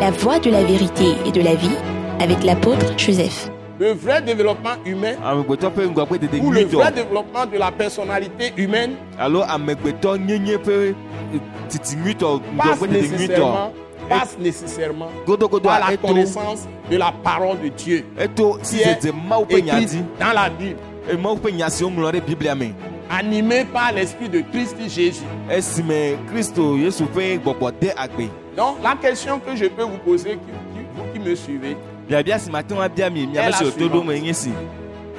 La voie de la vérité et de la vie avec l'apôtre Joseph. Le vrai développement humain amegbetɔ ƒe ŋgɔgbe dede ou le vrai nyuitɔ développement de la personnalité humaine alo amegbetɔ nyenye ƒe eh, titi nyuitɔ passe ŋgɔgbe dede nécessairement, nyuitɔ passe nécessairement godogodo par la a eto connaissance de la parole de Dieu eto qui est sizedze mawu ƒe nya écrite dzi dans la Bible, Eh, mawu ƒe nya siwo ŋlɔ ɖe biblia me animée par l'Esprit de Christ Jésus. esime kristo yesu ƒe gbɔgbɔ de agbe Donc la question que je peux vous poser, qui- qui- vous qui me suivez, biabia si mate ŋu abia mi miame Elle si a wòto ɖo suivante. me nye si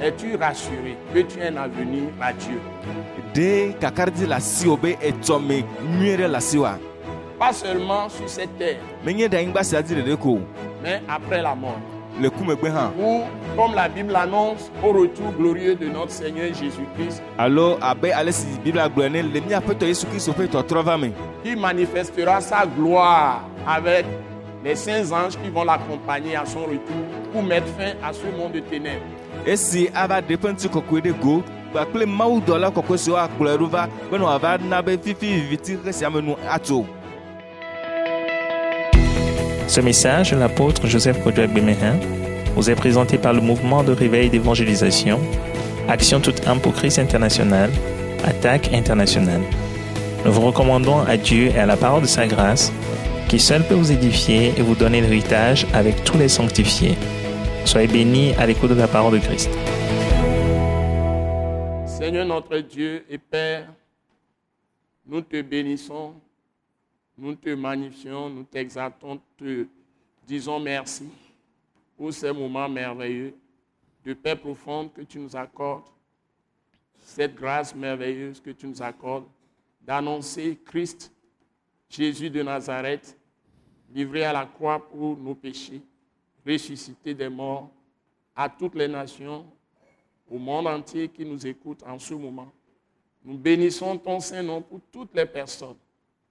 es-tu rassuré que tu as un avenir à Dieu ɖe kakaɖedzi le asiwò be etsɔ me nyuie ɖe le asiwòa Pas seulement sur cette terre, menye ɖe anyigba sia dzi ɖeɖe ko o mais après la mort. le ku megbe hã Ou, comme la Bible l'annonce, au retour glorieux de notre Seigneur Jésus-Christ, alo abe ale si biblia gblɔ ene le míaƒetɔ yesu kristu ƒe tɔtrɔva me qui manifestera sa gloire avec les saints anges qui vont l'accompagner à son retour pour mettre fin à ce monde de ténèbres. esi ava ɖe eƒe ŋutikɔkɔe ɖe go kpakple mawudɔla kɔkɔe siwo akplɔe ɖo va bena wòava na be fifi viviti xe sia me nu atso Ce message, de l'apôtre Joseph Kodjak Bemehin, vous est présenté par le mouvement de réveil d'évangélisation, Action toute âme pour Christ international, Attaque internationale. Nous vous recommandons à Dieu et à la parole de sa grâce, qui seul peut vous édifier et vous donner l'héritage avec tous les sanctifiés. Soyez bénis à l'écoute de la parole de Christ. Seigneur notre Dieu et Père, nous te bénissons, nous te magnifions, nous t'exaltons, te disons merci pour ces moments merveilleux de paix profonde que tu nous accordes, cette grâce merveilleuse que tu nous accordes d'annoncer Christ, Jésus de Nazareth, livré à la croix pour nos péchés, ressuscité des morts à toutes les nations, au monde entier qui nous écoute en ce moment. Nous bénissons ton Saint-Nom pour toutes les personnes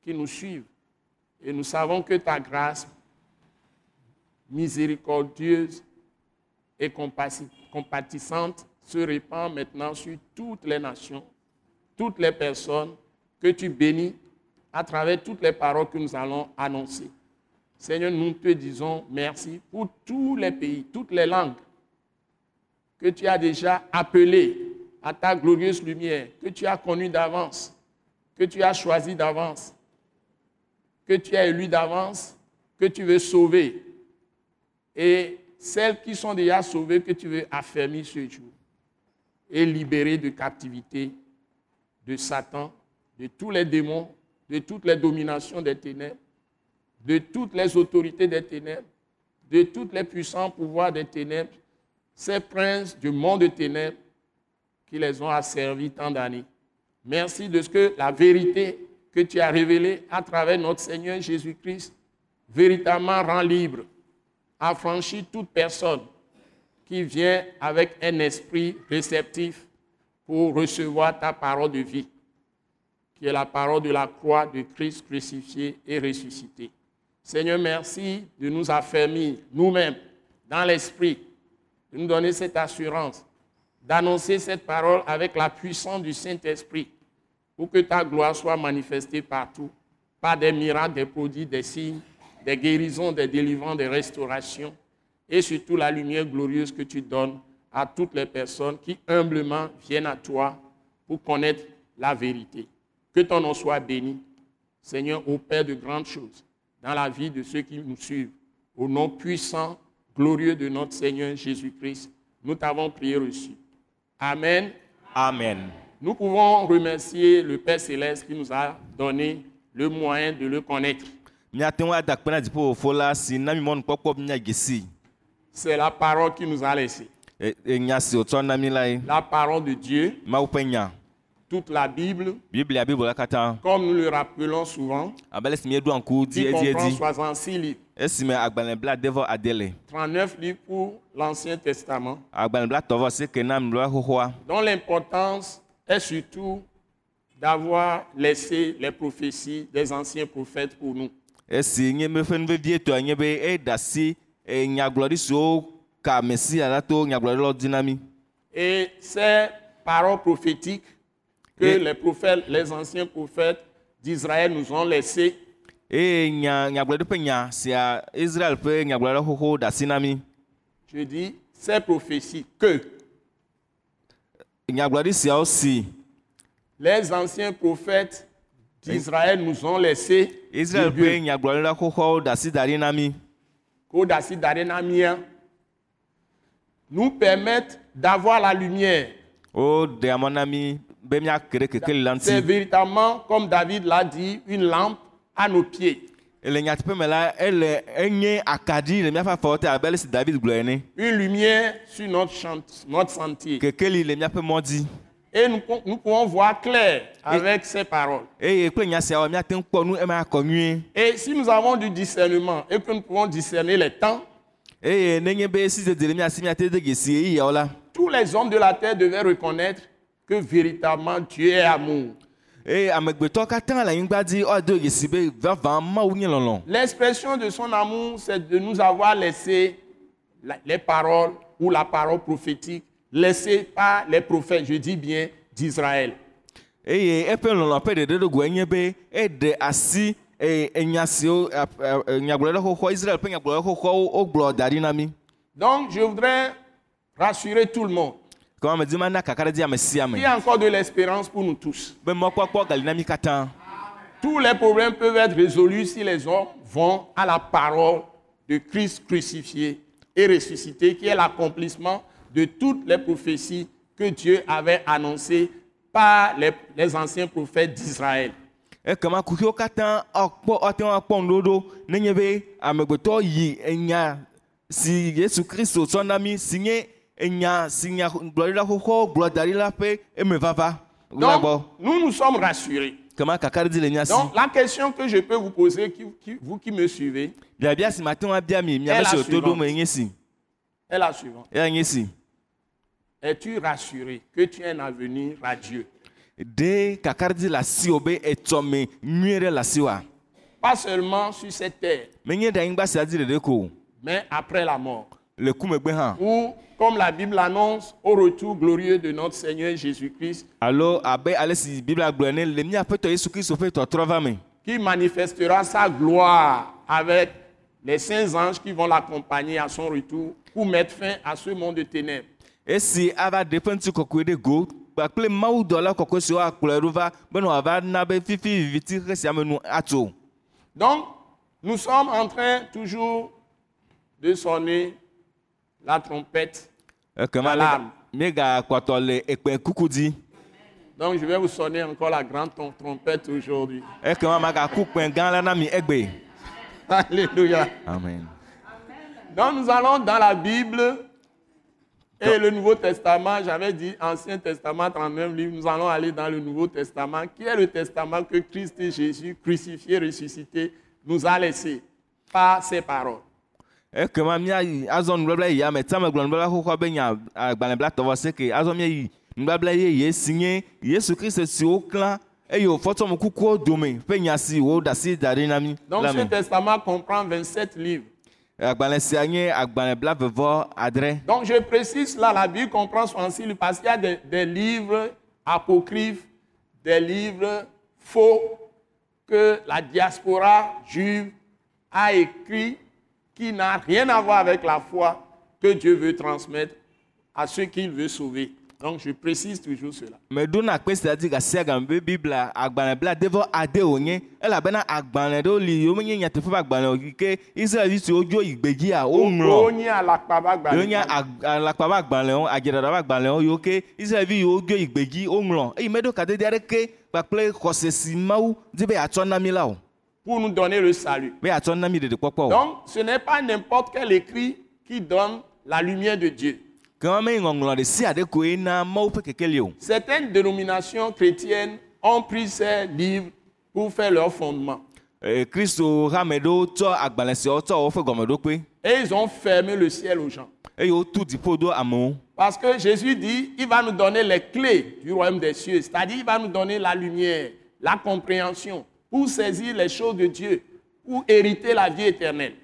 qui nous suivent. Et nous savons que ta grâce miséricordieuse et compassi- compatissante se répand maintenant sur toutes les nations, toutes les personnes que tu bénis à travers toutes les paroles que nous allons annoncer. Seigneur, nous te disons merci pour tous les pays, toutes les langues, que tu as déjà appelé à ta glorieuse lumière, que tu as connu d'avance, que tu as choisi d'avance, que tu as élu d'avance, que tu veux sauver, et celles qui sont déjà sauvées, que tu veux affermir ce jour, et libérer de captivité de Satan, de tous les démons, de toutes les dominations des ténèbres, de toutes les autorités des ténèbres, de tous les puissants pouvoirs des ténèbres, ces princes du monde de ténèbres qui les ont asservis tant d'années. Merci de ce que la vérité que tu as révélée à travers notre Seigneur Jésus-Christ véritablement rend libre, affranchit toute personne qui vient avec un esprit réceptif pour recevoir ta parole de vie, qui est la parole de la croix de Christ crucifié et ressuscité. Seigneur, merci de nous affermir nous-mêmes dans l'esprit, de nous donner cette assurance, d'annoncer cette parole avec la puissance du Saint-Esprit, pour que ta gloire soit manifestée partout, par des miracles, des prodiges, des signes, des guérisons, des délivrances, des restaurations, et surtout la lumière glorieuse que tu donnes à toutes les personnes qui humblement viennent à toi pour connaître la vérité. Que ton nom soit béni. Seigneur, opère de grandes choses dans la vie de ceux qui nous suivent. Au nom puissant, glorieux de notre Seigneur Jésus-Christ, nous t'avons prié reçu. Amen. amen Nous pouvons remercier le Père Céleste qui nous a donné le moyen de le connaître. míate ŋu ada akpe na dziƒofo la si na mi mɔnukpɔkpɔ mía gesi C'est la parole qui nous a laissé. Eh, eh, nya si wòtsɔ na mi lae La parole de Dieu, mawu ƒe nya toute la Bible, biblia biblia la katã comme nous le rappelons souvent, abe ale si míeɖoa ŋku dzi qui comprend ediedi 66 livres, esime agbalẽ bla de vɔ ade le 39 livres pour l'Ancien Testament, agbalẽ bla tɔ vɔ seke na mi lɔ xoxoa dont l'importance est surtout d'avoir laissé les prophéties des anciens prophètes pour nous. esi nye mi ƒe nuvevietɔe nye be e eɖe asi eh, nyagblɔɖi siwo ka mesia la to nyagblɔɖilawo dzi na mi Et ces paroles prophétiques que Et- les prophètes, les anciens prophètes d'Israël nous ont laissées eye Eh, nya nyagblɔɖiƒe nya sia israel ƒe nyagblɔɖila xoxo da asi na mí Je dis, ces prophéties que nyagblɔɖi siawo si les anciens prophètes d'Israël nous ont laissées, israel du Dieu. ƒe nyagblɔɖila xoxoawo da asi da ɖi na mí Kodasi Darenamien, nous permettent d'avoir la lumière. woɖe amɔ na mí be míake ɖe kekeli la C'est ŋuti véritablement, comme David l'a dit, une lampe à nos pieds, le nyateƒe me la ele enye akaɖi le míaƒe afɔwo te abe ale si david gblɔ ene une lumière sur notre, chant- notre sentier. kekeli le míaƒe mɔ dzi Et nous, con- nous pouvons voir clair avec ces paroles. eye kple Eh, nya siawo míate ŋu kpɔ nu eme e akɔ nyuie Et si nous avons du discernement et que nous pouvons discerner les temps, eye nenye Eh, be sizede le míasi míate de e gesi eyiyawo la tous les hommes de la terre devaient reconnaître que véritablement Dieu est amour. eye Eh, amegbetɔ katã le anyigba dzi woado gesi be vavã mawu nye lɔlɔ L'expression de son amour, c'est de nous avoir laissé la- les paroles ou la parole prophétique laissée par les prophètes, je dis bien, d'Israël. eye eƒe lɔlɔ ƒe ɖeɖeɖogoe nye be eɖe asi e, eye enya siwo ap- a- e, nyagblɔɖila xoxoa israel ƒe nyagblɔɖila xoxoawo wogblɔ da ɖi na mí Donc, je voudrais rassurer tout le monde kama ame dzi mana kaka ɖe dzi ame sia qu'il ame y a encore de l'espérance pour nous tous. be mɔkpɔkpɔ gali na mí katã Tous les problèmes peuvent être résolus si les hommes vont à la parole de Christ crucifié et ressuscité, qui est l'accomplissement de toutes les prophéties que Dieu avait annoncées par les- les anciens prophètes d'Israël. ekema kuxiwo katã akpɔ ate ŋu akpɔ nuɖoɖo nenye be amegbetɔ yi enya si yesu kristu tsɔ na mí si nye enya si nyagblɔɖila xoxoawo gblɔ da ɖi la ƒe eme vava la gbɔ Donc, nous nous sommes rassurés. kama kaka ɖe dzi le nya si Donc, la question que je peux vous poser, qui- qui- vous qui me suivez, biabia si mate ŋu abia mi miabe Ela si wòto ɖo suivante. me nye si est la suivante. eya nye si Es-tu rassuré que tu as un avenir radieux ɖe kaka ɖe dzi le asiwo be etsɔ me nyuie ɖe le asiwa Pas seulement sur cette terre, menye ɖe anyigba sia dzi ɖeɖe ko o. mais après la mort. le ku megbe hã Ou, comme la Bible l'annonce, au retour glorieux de notre Seigneur Jésus-Christ, alo abe ale si biblia gblɔ ene le míaƒetɔ yesu kristu ƒe tɔtrɔ va me qui manifestera sa gloire avec les saints anges qui vont l'accompagner à son retour pour mettre fin à ce monde de ténèbres. esi ava ɖe eƒe ŋutikɔkɔe ɖe go kpakple mawudɔla kɔkɔe siwo akplɔe ɖo va bena wòava na be fifi viviti xe sia me nu atso Donc, nous sommes en train toujours de sonner la trompette. ekema Alarm. míegakpɔtɔ le ekpe kuku dzi Donc, je vais vous sonner encore la grande trom- trompette aujourd'hui. ekema magaku kpẽ gã la na mi egbe Alléluia. amen Donc, nous allons dans la Bible et le Nouveau Testament. J'avais dit Ancien Testament, 39 livres. Nous allons aller dans le Nouveau Testament, qui est le testament que Christ et Jésus, crucifié, ressuscité, nous a laissé par ses paroles. ekema míayi azɔ nubabla yi ame tame gblɔ nubabla xoxoa be nya agbalẽ bla tɔvɔ seke azɔ míayi nubabla yeye si nye yesu kristu si woklã eye wòfɔ tɔ mo kukuwo dome ƒe nya si wò ɖe asi da ɖi na mi Donc, la ce me testament comprend 27 livres. agbalẽ sia nye agbalẽ bla vevɔ adre. Donc je précise là, la Bible comprend souvent parce qu'il y a des, des livres apocryphes, des livres faux que la diaspora juive a écrit qui n'a rien à voir avec la foi que Dieu veut transmettre à ceux qu'il veut sauver. Donc je précise toujours cela. medona kpe sia dzi gasia gama be biblia agbalẽ bla de vɔ ade wònye elabena agbalẽ ɖewo li yiwo menye nyateƒe ƒe agbalẽ o yi ke israeli siwo dzo yi gbedzia woŋlɔ Onye alakpabagba. yiwo nye ag- alakpa ƒe agbalẽwo adzraɖa ƒe agbalẽwo yiwo ke israevi yiwo dzo yi gbedzi woŋlɔ eye meɖo kadede aɖeke kpakple xɔse si mawu di be yeatsɔ na mi la o pour nous donner le salut. be yeatsɔ na mi ɖeɖekpɔkpɔ o Donc ce n'est pas n'importe quel écrit qui donne la lumière de Dieu. gama meyi ŋɔŋlɔ ɖe sia ɖe koe na mawu ƒe kekeli o Certaines dénominations chrétiennes ont pris ces livres pour faire leur fondement. Eh, kristu hame ɖewo tsɔ agbalẽ siawo tsɔ woƒe gɔmeɖokpe Et ils ont fermé le ciel aux gens. eye wotu dziƒo do amewo Parce que Jésus dit, il va nous donner les clés du royaume des cieux. C'est-à-dire, il va nous donner la lumière, la compréhension pour saisir les choses de Dieu, pour hériter la vie éternelle.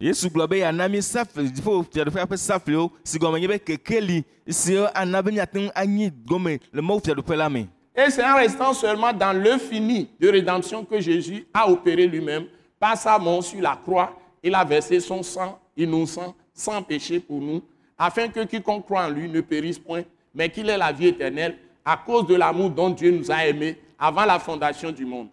yesu gblɔ be yana mi safli dziƒo fiaɖuƒea ƒe safliwo si gɔme nye be kekeli siwo ana be miate ŋu anyi gome le mawu fiaɖuƒe la me Et c'est en restant seulement dans l'infini de rédemption que Jésus a opéré lui-même par sa mort sur la croix, il a versé son sang innocent, sans péché pour nous, afin que quiconque croit en lui ne périsse point, mais qu'il ait la vie éternelle, à cause de l'amour dont Dieu nous a aimés avant la fondation du monde.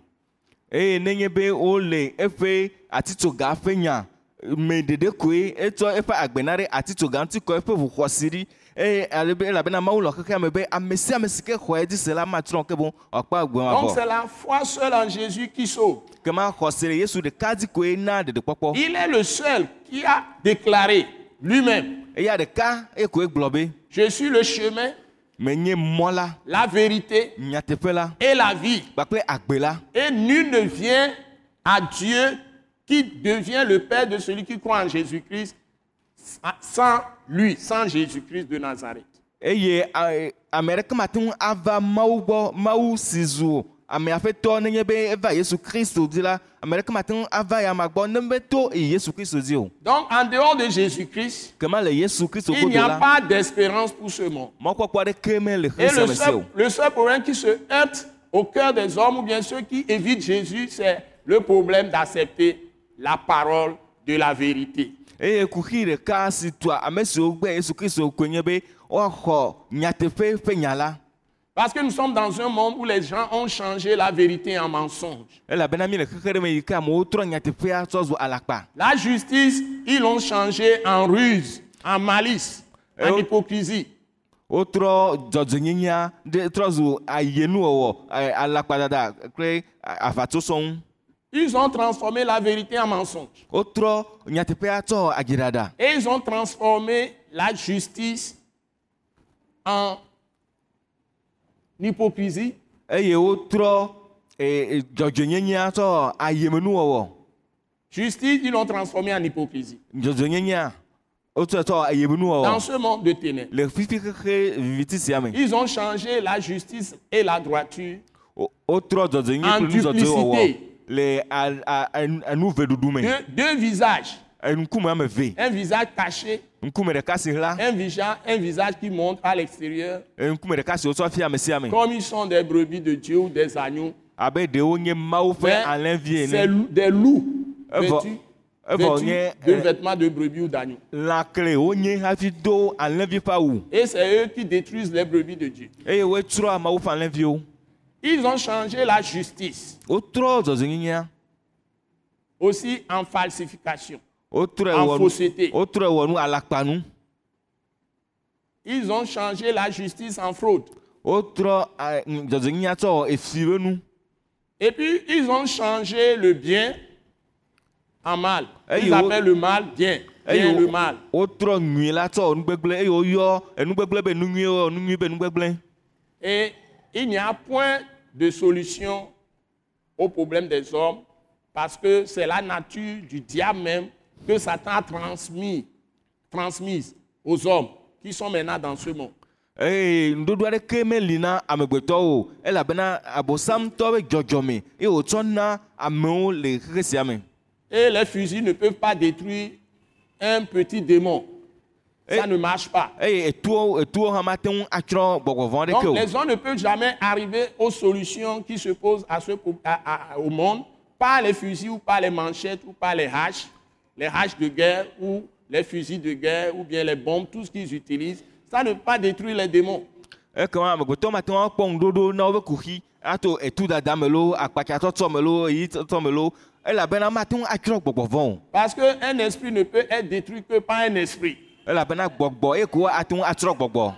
eye nenye be wole eƒe atitsoga ƒe nya me ɖeɖe koe etsɔ eƒe agbena ɖe atitsoga ŋuti kɔ eƒe ʋuxɔsi ɖi eye alebe elabena mawu le xexea me be ame sia ame si ke xɔ edi se la matrɔ ke boŋ wòakpɔ agbe Donc c'est mavɔ la foi seule en Jésus qui sauve. kema xɔse le yesu ɖeka dzi koe na ɖeɖekpɔkpɔ Il est le seul qui a déclaré lui-même, eya ɖeka eye koe gblɔ be je suis le chemin, menye mɔ la la vérité nyateƒe la et la vie. kpakple agbe la Et nul ne vient à Dieu qui devient le Père de celui qui croit en Jésus-Christ sans lui, sans Jésus-Christ de Nazareth. eye a- ame aɖeke mate ŋu ava mawu gbɔ mawu si zu amea ƒe tɔ nenye be eva yesu kristu dzi la ame aɖeke mate ŋu ava ya ma gbɔ ne meto yi yesu kristu dzi o Donc en dehors de Jésus-Christ, kema le yesu kristu il n'y godo a la pas d'espérance pour ce monde. mɔkpɔkpɔ aɖeke mele Et le xexeame si seul, o le seul problème qui se heurte au cœur des hommes ou bien ceux qui évitent Jésus, c'est le problème d'accepter la parole de la vérité. eye kuxi ɖeka si tua ame siwo gbe yesu kristu koe nye be woaxɔ nyateƒe ƒe nya la Parce que nous sommes dans un monde où les gens ont changé la vérité en mensonge. elabena mi le xexe ɖe me yi ke amewo trɔ nyateƒea tsɔ zu alakpa La justice, ils l'ont changé en ruse, en malice, Et en on- hypocrisie. wotrɔ dzɔdzɔnyenyea ɖe trɔ zu ayenuwɔwɔ eh, alakpadada kple a- avatsosɔ ŋu Ils ont transformé la vérité en mensonge. wotrɔ nyateƒea tsɔ adziɖaɖa Et ils ont transformé la justice en hypocrisie. eye wotrɔ eh, eh, dzɔdzɔnyenyea tsɔ ayemenuwɔwɔ Justice, ils l'ont transformé en hypocrisie. dzɔdzɔnyenyea wotrɔ tsɔ ayemenuwɔwɔ Dans ce monde de ténèbres, le fifi xexe viviti sia me ils ont changé la justice et la droiture wo- wotrɔ dzɔdzɔnye En kple nudzɔdzɔwɔwɔ duplicité. le a- a- a- enuveɖuɖu me de deux visages. enukume ame ve Un visage caché, ŋkume ɖeka si hla un visage, un visage qui monte à l'extérieur, ŋkume ɖeka si wotsɔ fia ame sia me comme ils sont des brebis de Dieu ou des agneaux. abe ɖewo nye mawu ƒe Mais alẽvi C'est ene lou- des loups Evo- vêtus, Evo, vêtus nye- de eh. vêtements de brebis ou d'agneaux. lãkle wonye hafi do alẽvi ƒe awu Et c'est eux qui détruisent les brebis de Dieu. eye woetsrɔ̃ mawu ƒe alẽviwo Ils ont changé la justice wotrɔ zɔzɔnyinyia aussi en falsification. wotrɔ En wɔ fausseté. nu wotrɔ wɔ nu alakpanu Ils ont changé la justice en fraude. wotrɔ a- n- zɔzɔnyinyia tsɔ wɔ efi be nu Et puis, ils ont changé le bien en mal. Hey, Ils yo. appellent le mal bien. Bien wo- le mal. wotrɔ nyui la tsɔ wɔ nu gbegblẽ eye woyɔ enu gbegblẽ be nu nyui wɔ nu nyui be nu gbegblẽ Et il n'y a point de solution au problème des hommes parce que c'est la nature du diable même que Satan a transmis, transmise aux hommes qui sont maintenant dans ce monde. eye nuɖoɖo aɖeke meli na amegbetɔwo o elabena abosamtɔ be dzɔdzɔme eye wotsɔ na amewo le xexe sia me Et les fusils ne peuvent pas détruire un petit démon. Ça Et- ne marche pas. eye etuwo etuwo hã mate ŋu atsrɔ̃ gbɔgbɔvɔ Donc, aɖeke o les hommes ne peuvent jamais arriver aux solutions qui se posent à ce pro- à- à- au monde par les fusils ou par les manchettes ou par les haches, les haches de guerre ou les fusils de guerre ou bien les bombes, tout ce qu'ils utilisent. Ça ne peut pas détruire les démons. ekema amegbetɔ mate ŋu akpɔ ŋuɖoɖo na woƒe kuxi ato etudada me loo akpatsatsɔtsɔ me loo eyitɔtɔ me loo elabena mate ŋu atsrɔ̃ gbɔgbɔvɔ o Parce qu'un esprit ne peut être détruit que par un esprit. elabena gbɔgbɔ eye ko ate ŋu atsrɔ̃ gbɔgbɔ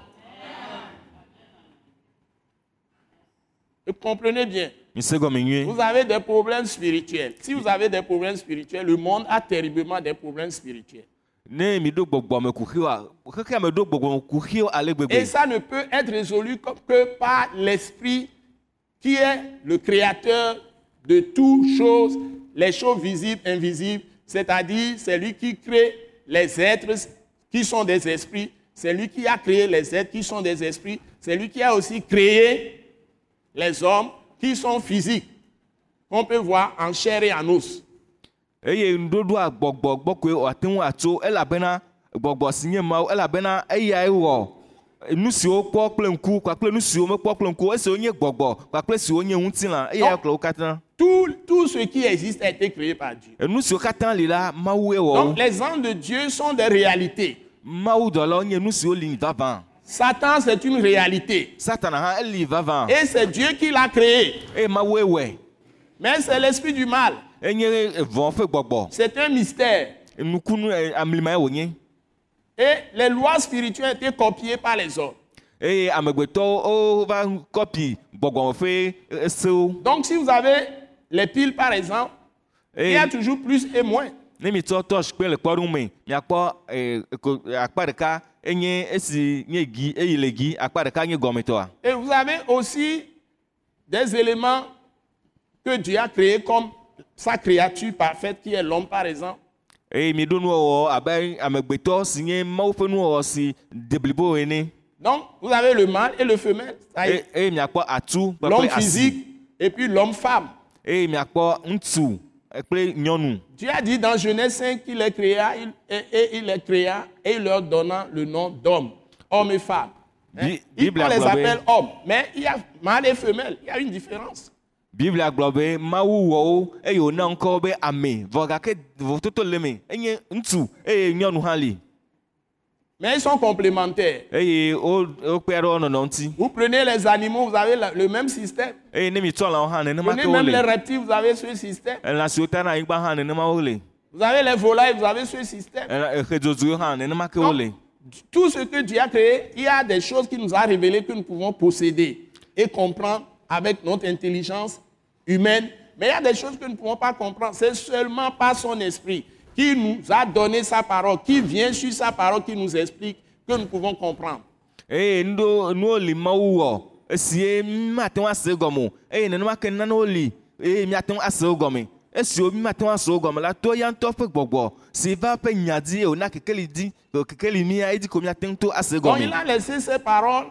Vous comprenez bien. mise gɔme nyuie Vous avez des problèmes spirituels. Si vous avez des problèmes spirituels, le monde a terriblement des problèmes spirituels. ne mi ɖo gbɔgbɔ me kuxiwa xexea me ɖo gbɔgbɔ me kuxiwo ale Et gbegbe ça ne peut être résolu que- que par l'Esprit qui est le créateur de toutes choses, les choses visibles, invisibles, c'est-à-dire c'est lui qui crée les êtres qui sont des esprits, c'est lui qui a créé les êtres qui sont des esprits, c'est lui qui a aussi créé les hommes qui sont physiques, qu'on peut voir en chair et en os. eye nuɖoɖoa gbɔgbɔ gbɔ koe wòate ŋu atso elabena gbɔgbɔ si nye mawo elabena eyae wɔ nu siwo kpɔ kple ŋku kpakple nu siwo mekpɔ kple ŋku o, esiwo nye gbɔgbɔ kpakple siwo nye ŋutilã eya Donc- kplɔ wo katã Tout, tout ce qui existe a été créé par Dieu. nu siwo katã li la mawu ye wɔ Donc wo les anges de Dieu sont des réalités. mawu dɔlawo nye nu siwo li vavã Satan, c'est une réalité. satana hã eli vavã Et c'est Dieu qui l'a créé. eye mawu ye wɔe Mais c'est l'esprit du mal. enye vɔ ƒe gbɔgbɔ C'est un mystère. nukunu eh, amlima ye wònye Et les lois spirituelles étaient copiées par les hommes. eye amegbetɔwo wova kɔpi gbɔgbɔ ƒe e- esewo Donc si vous avez les piles, par exemple, il y a eye toujours plus et moins. ne mitɔ tɔsh kpe le kpɔɖu me miakpɔ eh, ko- akpa ɖeka enye esi eh, nye gi eyi le gi akpa ɖeka nye gɔmetɔa Et vous avez aussi des éléments que Dieu a créés comme sa créature parfaite qui est l'homme, par exemple. eye miɖo nuwɔwɔ abe amegbetɔ si nye mawu ƒe nuwɔwɔ oh, si de blibo eh, ene Donc vous avez le mâle et le femelle, E- c'est-à-dire eye miakpɔ atu l'homme kpakple asi Eh, physique et puis l'homme-femme. eye miakpɔ ŋutsu eh, kple nyɔnu Dieu a dit dans Genèse 5 qu'il les créa il- et, et il les créa et il leur donna le nom d'homme, homme et femme. Hein? Bi- Il, Bible on les a blabé. appelle hommes, mais il y a mâle et femelle, il y a une différence. biblia gblɔ be mawu wɔ wo eh, eye wòna ŋkɔ wo be ame vɔ gake vototo le me Eh, enye ŋutsu eye nyɔnu hã eh, li Eh, Mais ils sont complémentaires. eye wo- wokpea ɖe wo nɔnɔ ŋuti Vous prenez les animaux, vous avez la- le même système. eye ne mitɔ lãwo hã nenema Prenez ke wo même les le reptiles, vous avez ce système. elã siwo ta na anyigba hã nenema wo le Vous avez les volailles, vous avez ce système. e, ehedzodzoewo hã nenema ke wo Donc, le Tout ce que Dieu a créé, il y a des choses qu'il nous a révélées que nous pouvons posséder et comprendre avec notre intelligence humaine. Mais il y a des choses que nous ne pouvons pas comprendre. C'est seulement par son esprit qui nous a donné sa parole, qui vient sur sa parole, qui nous explique que nous pouvons comprendre. eye nuɖo nuwo li mawu wɔ esie mate ŋu ase egɔme o eye nenema ke nanewo li eye miate ŋu ase wo gɔme esiwo mate ŋu ase wo gɔme la to ya ŋutɔ ƒe gbɔgbɔ si va ƒe nya dzi eye wòna kekeli di kekeli mia edi ko miate ŋu to ase Donc gɔme il a laissé ses paroles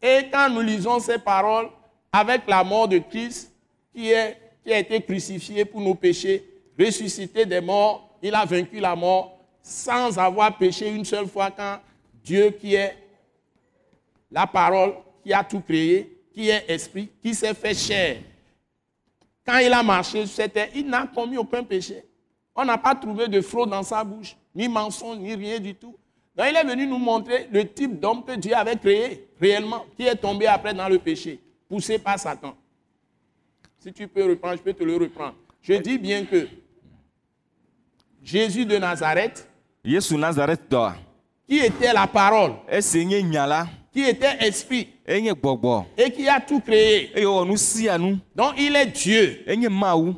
et quand nous lisons ses paroles avec la mort de Christ qui, est, qui a été crucifié pour nos péchés, ressuscité des morts, il a vaincu la mort sans avoir péché une seule fois quand Dieu qui est la parole, qui a tout créé, qui est esprit, qui s'est fait chair. Quand il a marché sur cette terre, il n'a commis aucun péché. On n'a pas trouvé de fraude dans sa bouche, ni mensonge, ni rien du tout. Donc il est venu nous montrer le type d'homme que Dieu avait créé réellement, qui est tombé après dans le péché, poussé par Satan. Si tu peux reprendre, je peux te le reprendre. Je dis bien que Jésus de Nazareth, yesu nazaret tɔa qui était la parole, esi E nye nya la e qui était esprit enye gbɔgbɔ et qui a tout créé, eye wɔ nu sia nu e Donc il est Dieu enye mawu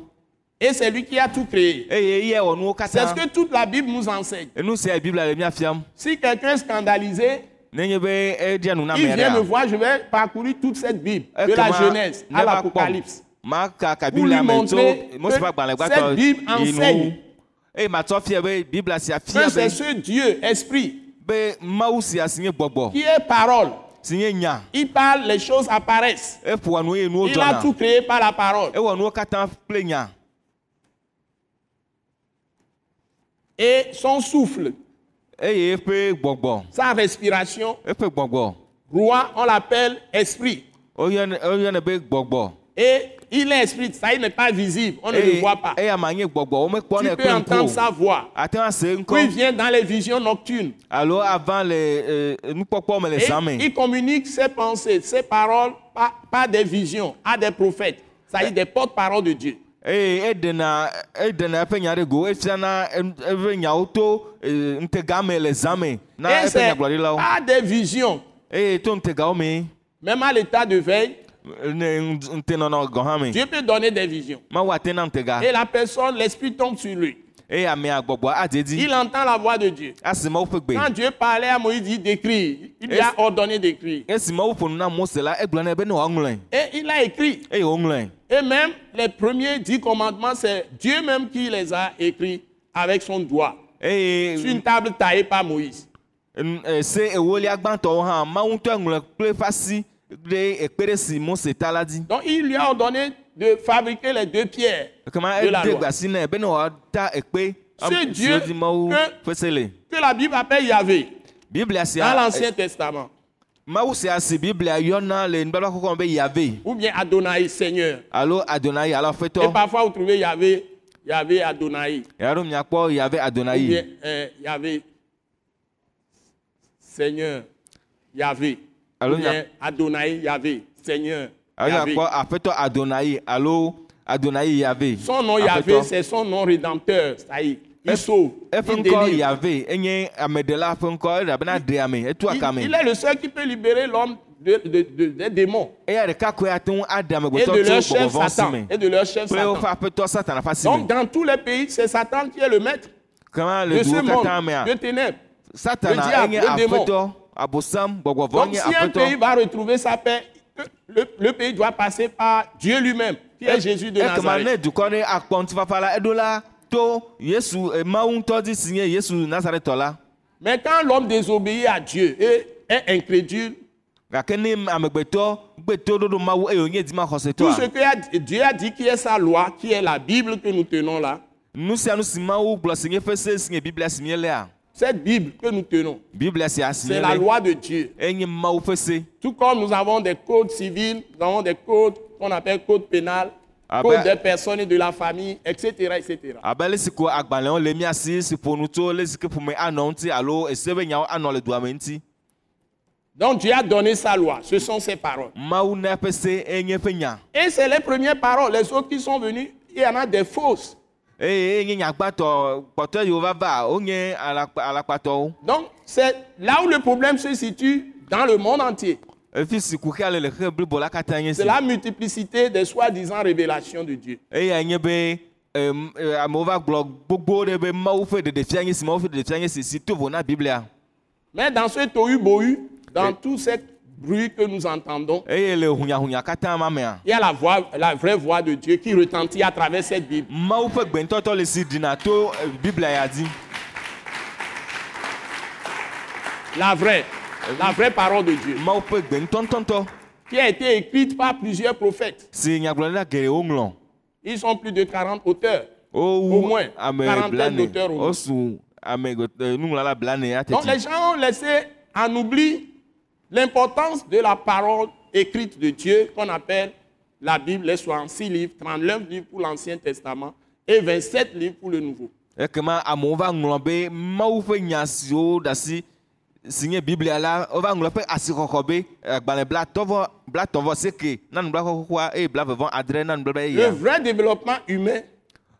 et c'est lui qui a tout créé. eye eya wɔ nuwo C'est ce katã que toute la Bible nous enseigne. enu sia biblia le miafiam Si quelqu'un est scandalisé, nenye be eɖia nu na E il mea vient me ɖa voir, je vais parcourir toute cette Bible, de la Genèse à l'Apocalypse. makaka Pour lui biblia me tso montrer mose ƒe que agbalẽ cette Bible gbãtɔ yi enseigne. nu eye matsɔ fia be biblia sia fia Que c'est be ce Dieu, esprit, be mawu sia si nye gbɔgbɔ qui est parole. si nye nya E Il parle, les choses apparaissent. eƒoa nu eye nuwo Il a tout dzɔna créé par la parole. ewɔ nuwo katã kple nya Et son souffle, eye eƒe gbɔgbɔ sa respiration, eƒe gbɔgbɔ roi, on l'appelle esprit. woyɔnɛ woyɔnɛ be gbɔgbɔ Et il est esprit, ça il n'est pas visible, on ne le eye voit pas. eya e ma nye gbɔgbɔ womekpɔnɛ Tu peux kple entendre ŋku sa o voix. ate ŋu ase Puis il ŋkɔ vient dans les visions nocturnes. alo avant le eh, nukpɔkpɔ me le Et zã me il communique ses pensées, ses paroles par, par des visions à des prophètes, c'est-à-dire des porte-paroles de Dieu. eye eɖena eɖena eƒe nya ɖe go efiana em- eƒe nyawo to eh, ntega me le zã me na Et eƒe c'est nyagblɔɖilawo par des visions, eye to ntegawo me même à l'état de veille, ne ŋd- ntenɔnɔ gɔ hã me Dieu peut donner des visions. mawu ate na ntega Et la personne, l'esprit tombe sur lui. eye amea gbɔgbɔ adze dzi Il entend la voix de Dieu. asi mawu ƒe Quand gbe Dieu parlait à Moïse, il dit d'écrire. Il lui a Et- ordonné d'écrire. esi mawu ƒo nu na mose la egblɔ nɛ be ne wòaŋlɔe Et il a écrit. eye wòŋlɔe Et même les premiers dix commandements, c'est Dieu même qui les a écrits avec son doigt sur eye une table taillée par Moïse. N- eh, se ewolia gbãtɔwo hã mawu ŋutɔ ŋlɔ e kple eƒe asi ɖe ekpe ɖe si mose ta la dzi Donc il lui a ordonné de fabriquer les deux pierres ekema de la ede loi gbasi nɛ be ne wòata ekpe am- C'est siwo Dieu dzi mawu que- ƒe se le que la Bible appelle Yahvé biblia dans sia eh, l'Ancien Testament. mawu sia si biblia yɔna le nubabla kɔkɔ me be yave ou bien Adonai, Seigneur. alo adonai ala Et ƒetɔ parfois, vous trouvez Yahvé, Yahvé Adonai, yaro miakpɔ yave ou bien adonai euh, Yahvé Seigneur, Yahvé, Allô, ou bien Adonai, Yahvé, Seigneur, alo Yahvé. miakpɔ aƒetɔ adonai alo adonai yave Son nom Yahvé, c'est son nom rédempteur, ça y est. Il sauve, eƒe il ŋkɔ délivre. yave enye ameɖela ƒe ŋkɔ elabena ɖe ame etu Il, akame il est le seul qui peut libérer l'homme de- de- de- des démons eya ɖeka koe ate ŋu aɖe et de amegbetɔ leur tso chef gbɔgbɔvɔ si Satan. me Et de leur chef kple Satan. woƒe aƒetɔ satana ƒe asi Donc, me dans tous les pays, c'est Satan qui est le maître kama de le ce duwo monde katã mea de ténèbres. le satana diable, enye le démon. aƒetɔ abosam gbɔgbɔvɔ Donc, nye si un pays aƒetɔ va retrouver sa paix, le, le pays doit passer par Dieu lui-même, qui est Jésus de ekema ne Nazareth. dukɔ ɖe akpɔ ŋutifafa la eɖo la to yesu eh, mawu ŋutɔ dzi si nye yesu nazaretɔ la Mais quand l'homme désobéit à Dieu et est incrédule, gake ne amegbetɔ gbe to ɖoɖo mawu eye wònye dzima tout ce xɔsetɔa que a- Dieu a dit qui est sa loi, qui est la Bible que nous tenons là, nu sia nu si mawu gblɔ si nye eƒe se si nye biblia si mielea cette Bible que nous tenons, biblia sia si c'est la miele loi de Dieu. enye mawu ƒe se Tout comme nous avons des codes civils, nous avons des codes qu'on appelle code pénal, Ah code ben- des personnes et de la famille, etc., etc. abe ale si ko agbalẽwo le miasi si ƒo nu tso le si ke ƒome anɔ ŋuti alo ese be nyawo anɔ le dua me ŋuti Donc Dieu a donné sa loi, ce sont ses paroles. mawu na eƒe se enye eƒe nya Et c'est les premières paroles, les autres qui sont venus, il y en a des fausses. eye enye nyagbatɔ kpɔtɔ yiwo vava wonye alakpa- alakpatɔwo Donc, c'est là où le problème se situe dans le monde entier. efi si kuxia le le xe blibo la katã nye si C'est la multiplicité des soi-disant révélations de Dieu. eya nye be em, e, amewo va gblɔ gbogbo ɖe be mawu ƒe ɖeɖefia nye si mawu ƒe ɖeɖefia nye si si to vo na biblia Mais dans ce tohu-bohu, dans Et- tous ces bruits que nous entendons, eye le hunyahunya katã ma mea il y a la, voix, la vraie voix de Dieu qui retentit à travers cette Bible. mawu ƒe gbentɔtɔ le si ɖina to e, biblia ya dzi La vraie, la vraie parole de Dieu, mawu ƒe gbentɔtɔtɔ qui a été écrite par plusieurs prophètes. si nyagblɔɖila geɖewo ŋlɔ Ils sont plus de 40 auteurs. Au wowu moins, ame quarantaine blane d'auteurs au moins. wosu ame gbe- e, nuŋlɔla blane ya Donc les teti gens ont laissé en oubli l'importance de la parole écrite de Dieu qu'on appelle la Bible, les 66 livres, 39 livres pour l'Ancien Testament et 27 livres pour le Nouveau. ekema amewo va ŋlɔ be mawu ƒe nya siwo ɖe asi si nye biblia la wova ŋlɔ eƒe asixɔxɔ be agbalẽ blatɔvɔ blatɔvɔ seke na nubabla xoxoa eye blavevɔ eh, adre na nubabla Le eya vrai développement humain,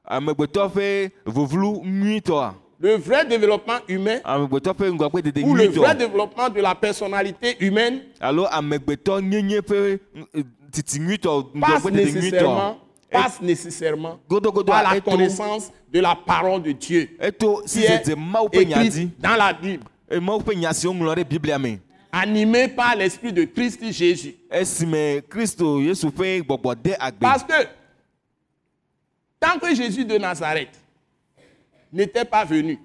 amegbetɔ ƒe vovlu nyuitɔa le vrai développement humain amegbetɔ ƒe ŋgɔgbe dede ou le vrai nyuitɔ développement de la personnalité humaine alo amegbetɔ nyenye ƒe eh, titi nyuitɔ passe ŋgɔgbe dede nyuitɔ nécessairement, passe nécessairement Godogodo par la est tout. connaissance de la parole de Dieu eto qui est sisese mawu ƒe nya dzi écrite dans la Bible, eye mawu ƒe nya siwo ŋlɔ ɖe biblia me animée par l'Esprit de Christ Jésus. eh, esime kristo yesu ƒe gbɔgbɔ de agbe Parce que tant que Jésus de Nazareth n'était pas venu, Dieu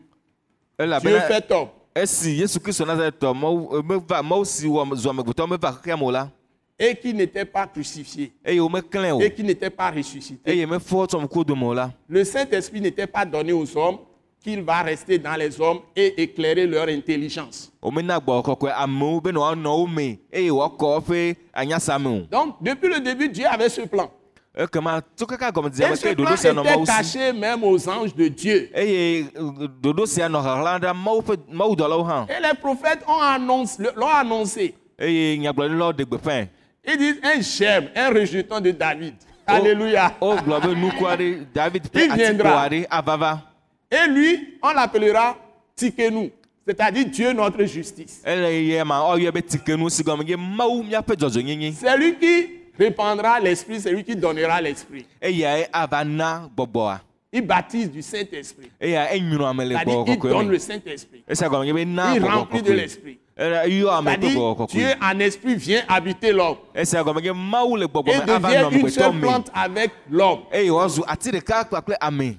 elabena fait homme. esi yesu kristu nazaretɔ mawu meva mawu si wɔ zɔ amegbetɔ meva xexea me o la et qui n'était pas crucifié eye womeklẽ o et qui n'était pas ressuscité. eye mefɔ tso ameku dome o la Le Saint-Esprit n'était pas donné aux hommes qu'il va rester dans les hommes et éclairer leur intelligence. womena gbɔ kɔkɔe amewo bena woanɔ wo me eye woakɔ woƒe anyasa me o Donc, depuis le début, Dieu avait ce plan. ekema tso kaka gɔmedzea Et me ce ke ɖoɖo sia nɔ plan était mawu si caché même aux anges de Dieu. eye eh, ɖoɖo sia nɔ xaxlã ɖa mawu ƒe mawu dɔlawo hã Et les prophètes ont annoncé- l'ont annoncé. eye nyagblɔɖilawo ɖe gbeƒãe Ils disent un germe, un rejeton de David. Alléluia. O- wogblɔ be nuku aɖe david ƒe Il atikpo viendra. aɖe avava Et lui, on l'appellera Tikenu, c'est-à-dire Dieu notre justice. ele yie ma ɔyɔe be tikenu si gɔme nye mawu míaƒe dzɔdzɔnyenye C'est lui qui répandra l'esprit, c'est lui qui donnera l'esprit. eyae e ava na gbɔgbɔa Il baptise du Saint-Esprit. eya enyrɔ ame le C'est-à-dire gbɔgbɔ il kɔkɔe donne le E me Saint-Esprit. esia gɔme nye be na Il gbɔgbɔ remplit de kɔkɔe l'esprit. Ela- eyɔ E ame to C'est-à-dire gbɔgbɔ Dieu kɔkɔe en esprit vient habiter l'homme esia gɔme nye mawu le gbɔgbɔ et me ava nɔ devient une amegbetɔ seule me plante avec l'homme eye woazu E ati ɖeka kpakple ame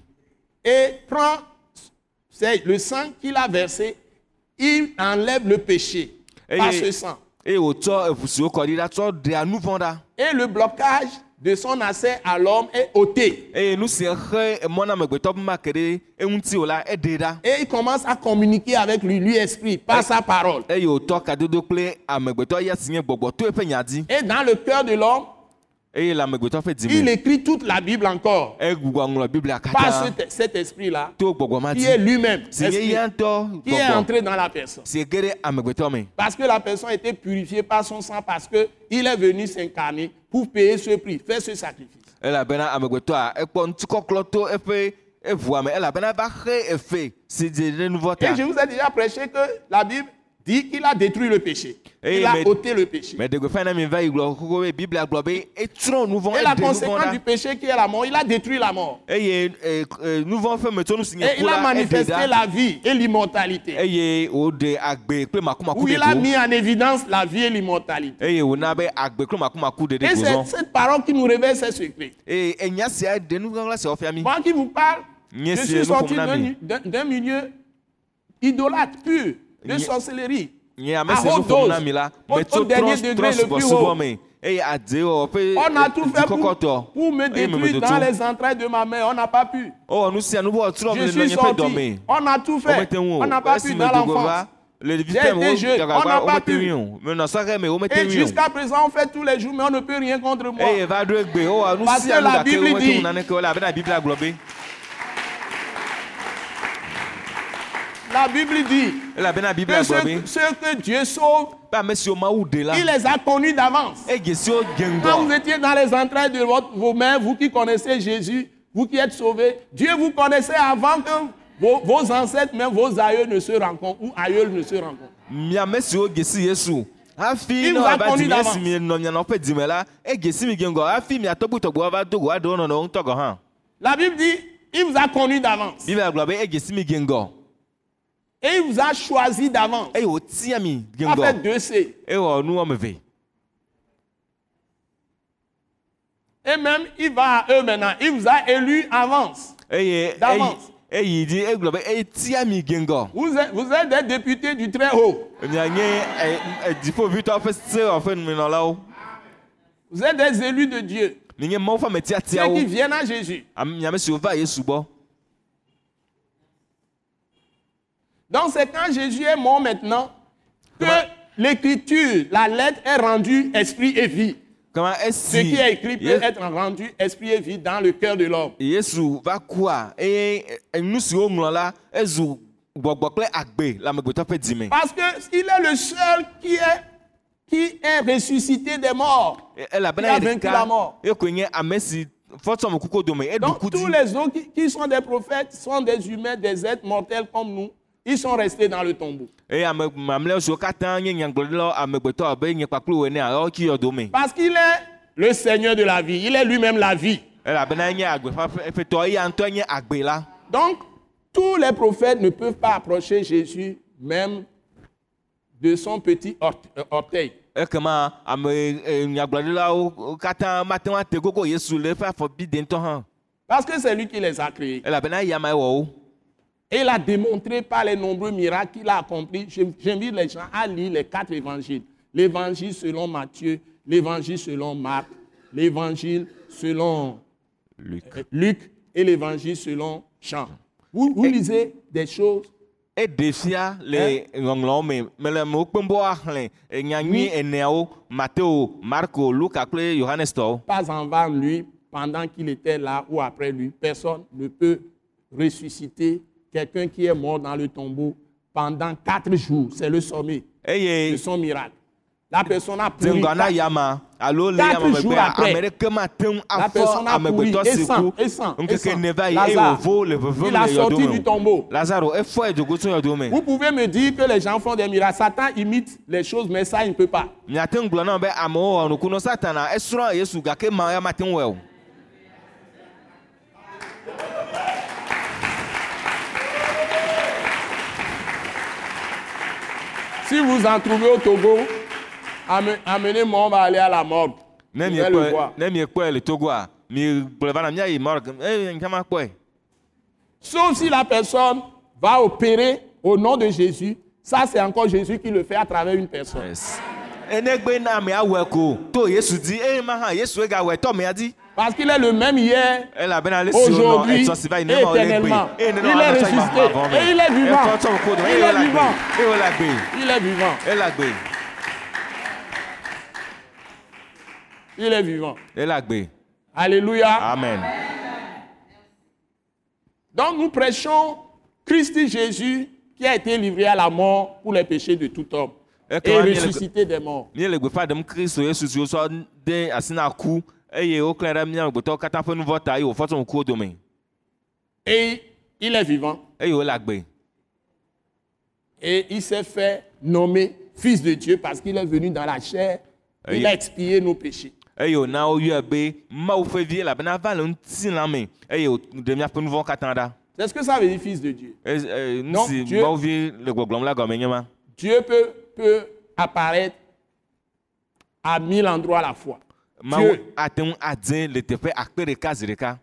et prend c'est le sang qu'il a versé, il enlève le péché Et- par ce sang. E eye wòtsɔ eʋu si wokɔ ɖi la tsɔ ɖea nu vɔ ɖa Et le blocage de son accès à l'homme est ôté. eye E nu si exe emɔ na amegbetɔ be ma ke ɖe eŋuti o la e eɖe ɖa Et il commence à communiquer avec lui, lui esprit, par sa parole. eye wòtɔ E kadodo kple amegbetɔ ya si nye gbɔgbɔtoe ƒe nya di Et dans le cœur de l'homme, eye le amegbetɔ ƒe di il me écrit toute la Bible encore. egbugbɔ ŋlɔ biblia Par katã ce- cet esprit-là, to gbɔgbɔ ma qui est di lui-même, si nye esprit, ya ŋutɔ qui est gbɔgbɔ entré dans la personne. si ege ɖe amegbetɔ me Parce que la personne était purifiée par son sang, parce qu'il est venu s'incarner pour payer ce prix, faire ce sacrifice. elabena amegbetɔa ekpɔ ŋutikɔklɔ to eƒe eʋua me elabena va xe efe si dze ɖe nuvɔ Et je ta vous ai déjà prêché que la Bible dit qu'il a détruit le péché. Eh, Il a mais- ôté le péché. me ɖegbe fɛn na mi va yi gblɔ xoxo be biblia gblɔ be etrɔ nuvɔ Et la eɖe nuvɔ conséquence ɖa du péché qui est la mort, il a détruit la mort. eye eh, eh, nuvɔ ƒe metsonu si nye Et ku il a la eɖe manifesté ɖa la vie et l'immortalité. eye wòɖe agbe kple makumaku Où il a ɖe go mis en évidence la vie et l'immortalité. eye wòna be agbe kple makumaku ɖe Et ɖe go c'est zɔn cette parole qui nous révèle ces secrets. eye enya sia ɖe nu gãgla sia wɔfia mi Moi qui vous parle, Nye je si suis nous sorti promenons, d'un mais- d'un- d'un milieu idolâtre pur, de Nye- sorcellerie. nye ame à si nu haute ƒom na dose, mi la au- au metso dernier trɔ degré le plus subɔsubɔ haut. me eye adewɔwɔ ƒe On a tout eh, fait pour, dukɔkɔtɔ pour me eye détruire dans memedodo les entrailles de ma mère. On n'a pas pu. ewɔ nu sia nu be wɔtrɔ Je le nɔnye suis ƒe sorti. dɔ me On a tout fait. womete ŋu On n'a o pas pu esi dans medogo l'enfance. va le J'ai vitɛm été jeune, on n'a wogagagba pas womete pu. ŋui o menɔsɔge me womete Et ŋui o jusqu'à présent, on fait tous les jours, mais on ne peut rien contre moi. eye Eh, va Oh, ɖo egbe wowɔ nu Parce sia que nu la gake Bible womete ŋu dit- naneke o elabena biblia gblɔ be La Bible dit elabena que biblia gblɔ be ceux, ceux que Dieu sauve, be ame siwo mawu ɖe la il les a connus d'avance. ege siwo dze Quand vous ŋgɔ étiez dans les entrailles de votre- vos mères, vous qui connaissez Jésus, vous qui êtes sauvés, Dieu vous connaissait avant que vos, vos ancêtres, même vos aïeux ne se rencontrent ou aïeuls ne se rencontrent. mi ame siwo gesi yesu hafi Il ne vous a woava connu di mi esi d'avance. mi nɔ mianɔƒe dime la egesi E mi dze ŋgɔ hafi miatɔgbotɔgbo woava do go aɖe wo nɔnɔwo ŋutɔ gɔ hã La Bible dit, il vous a connus d'avance. biblia gblɔ be egesi mi dze ŋgɔ Et il vous a choisi d'avance. eye wòtia E mi E dze En fait, ŋgɔ deux C. ewɔ nu wɔme ve Et même, il va à eux maintenant. Il vous a élus avance. eye eyi- D'avance. eyi dzi egblɔ e be etia mi dze ŋgɔ Vous êtes, vous êtes des députés du très haut. mianye e- e- dziƒoʋitɔ ƒe sewɔƒe numenɔlawo Vous êtes des élus de Dieu. minye mawu ƒe Ceux qui ametiatiawo viennent à Jésus. Am- mi ame siwo va yesu gbɔ Donc c'est quand Jésus est mort maintenant que l'écriture, la lettre est rendue esprit et vie. kama e Ce esi qui est écrit peut Yes- être rendu esprit et vie dans le cœur de l'homme. yesu va kua eye e- nu si woŋlɔ la ezu gbɔgbɔ kple agbe le amegbetɔ ƒe dzime Parce qu'il est le seul qui est, qui est ressuscité des morts. E- elabena Il a ye vaincu la mort. ɖeka ye koe nye ame si fɔtɔme kuku dome eɖu Donc ku tous di les autres qui, qui sont des prophètes sont des humains, des êtres mortels comme nous. Ils sont restés dans le tombeau. eye ame mamlɛwo siwo katã nye nyagblɔɖilawo amegbetɔ abe nye kpakple wo enea yɔ tsi yɔ dome Parce qu'il est le Seigneur de la vie. Il est lui-même la vie. elabena enye agbe ƒe ƒetɔ eya ŋutɔ nye agbe la Donc, tous les prophètes ne peuvent pas approcher Jésus même de son petit orte- euh, orteil. ekema ame e, nyagblɔɖilawo wo katã mate ŋu ate gogo yesu le eƒe afɔbi de ŋutɔ hã Parce que c'est lui qui les a créés. elabena eya mae wɔ wo Et il a démontré par les nombreux miracles qu'il a accomplis. J'in- J'invite les gens à lire les quatre évangiles. L'évangile selon Matthieu, l'évangile selon Marc, l'évangile selon euh, Luc et l'évangile selon Jean. Vous, vous lisez des choses eɖe fia le ŋɔŋlɔwo me mele amewo kpem be woaxlẽ enya nyui eneawo mateo marko luka kple yohanes tɔwo pas avant lui, pendant qu'il était là ou après lui. Personne ne peut ressusciter quelqu'un qui est mort dans le tombeau pendant quatre jours. C'est le sommet de eye son miracle. La personne a pourri. dzeŋgɔ na eh, yama alo le Quatre yama jours megbea après, ame ɖeke mate ŋu la afɔ personne a amegbetɔ pourri, si et sans, ku et sans, et ŋkeke sans. ne va yi eye Lazare, wòvo le vevem il a le sorti yɔdome du tombeau. o. lazaro efɔ edzogo tso yɔdome Vous pouvez me dire que les gens font des miracles. Satan imite les choses, mais ça, il ne peut pas. miate ŋu gblɔ na wo be amewo wɔ nukunu satana esrɔ̃ yesu gake ma ya mate ŋu wɔe o Si vous en trouvez au Togo, ame- amenez-moi, on va aller à la mort. Vous ne allez le voir. miekpɔe ne miekpɔe le togoa mi gblɔ va na miayi mɔrg eye nkama kpɔe. Sauf si la personne va opérer au nom de Jésus. Ça, c'est encore Jésus qui le fait à travers une personne. Yes. enegbe na amea wɔe ko to yesu di eye ma hã yesu e egawɔe tɔ mea di Eh, Parce qu'il est le même hier, elabena ale si wonɔ aujourd'hui etsɔ si va yi eh, ne ma wo le gbe Eh, éternellement. eye ne Il na est wa atsɔ yi ma ressuscité ma vɔ me et il est eh, vivant. etɔ tsɔ ko do Il eye est wòle agbe vivant. eye wòle agbe il est vivant. ele agbe Il est vivant. ele agbe Alléluia. Eh, amen Donc nous prêchons Christ Jésus qui a été livré à la mort pour les péchés de tout homme Et et toi, Daniel, ressuscité des morts. mi le gbeƒã ɖem kristu yesu si wosɔ de asi na ku Eh, eye woklẽ ɖe mi amegbetɔwo katã ƒe nuvɔ ta eye wòfɔ tsɔ ŋkuwo dome Et il est vivant. eye wòle agbe Et il s'est fait nommer fils de Dieu parce qu'il est venu dans la chair. Il Aïe. a expié nos péchés. eye wòna wo yɔe be mawu ƒe vi elabena va le ŋutilã me eye wòɖe miaƒe nuvɔ katã ɖa C'est ce que ça veut dire fils de Dieu. E- e, nu Non, si Dieu- mawu vi le gbɔgblɔm la gɔme nye ma Dieu peut, peut apparaître à mille endroits à la fois. mawu Dieu. ate ŋu adze le teƒe akpe ɖeka zi ɖeka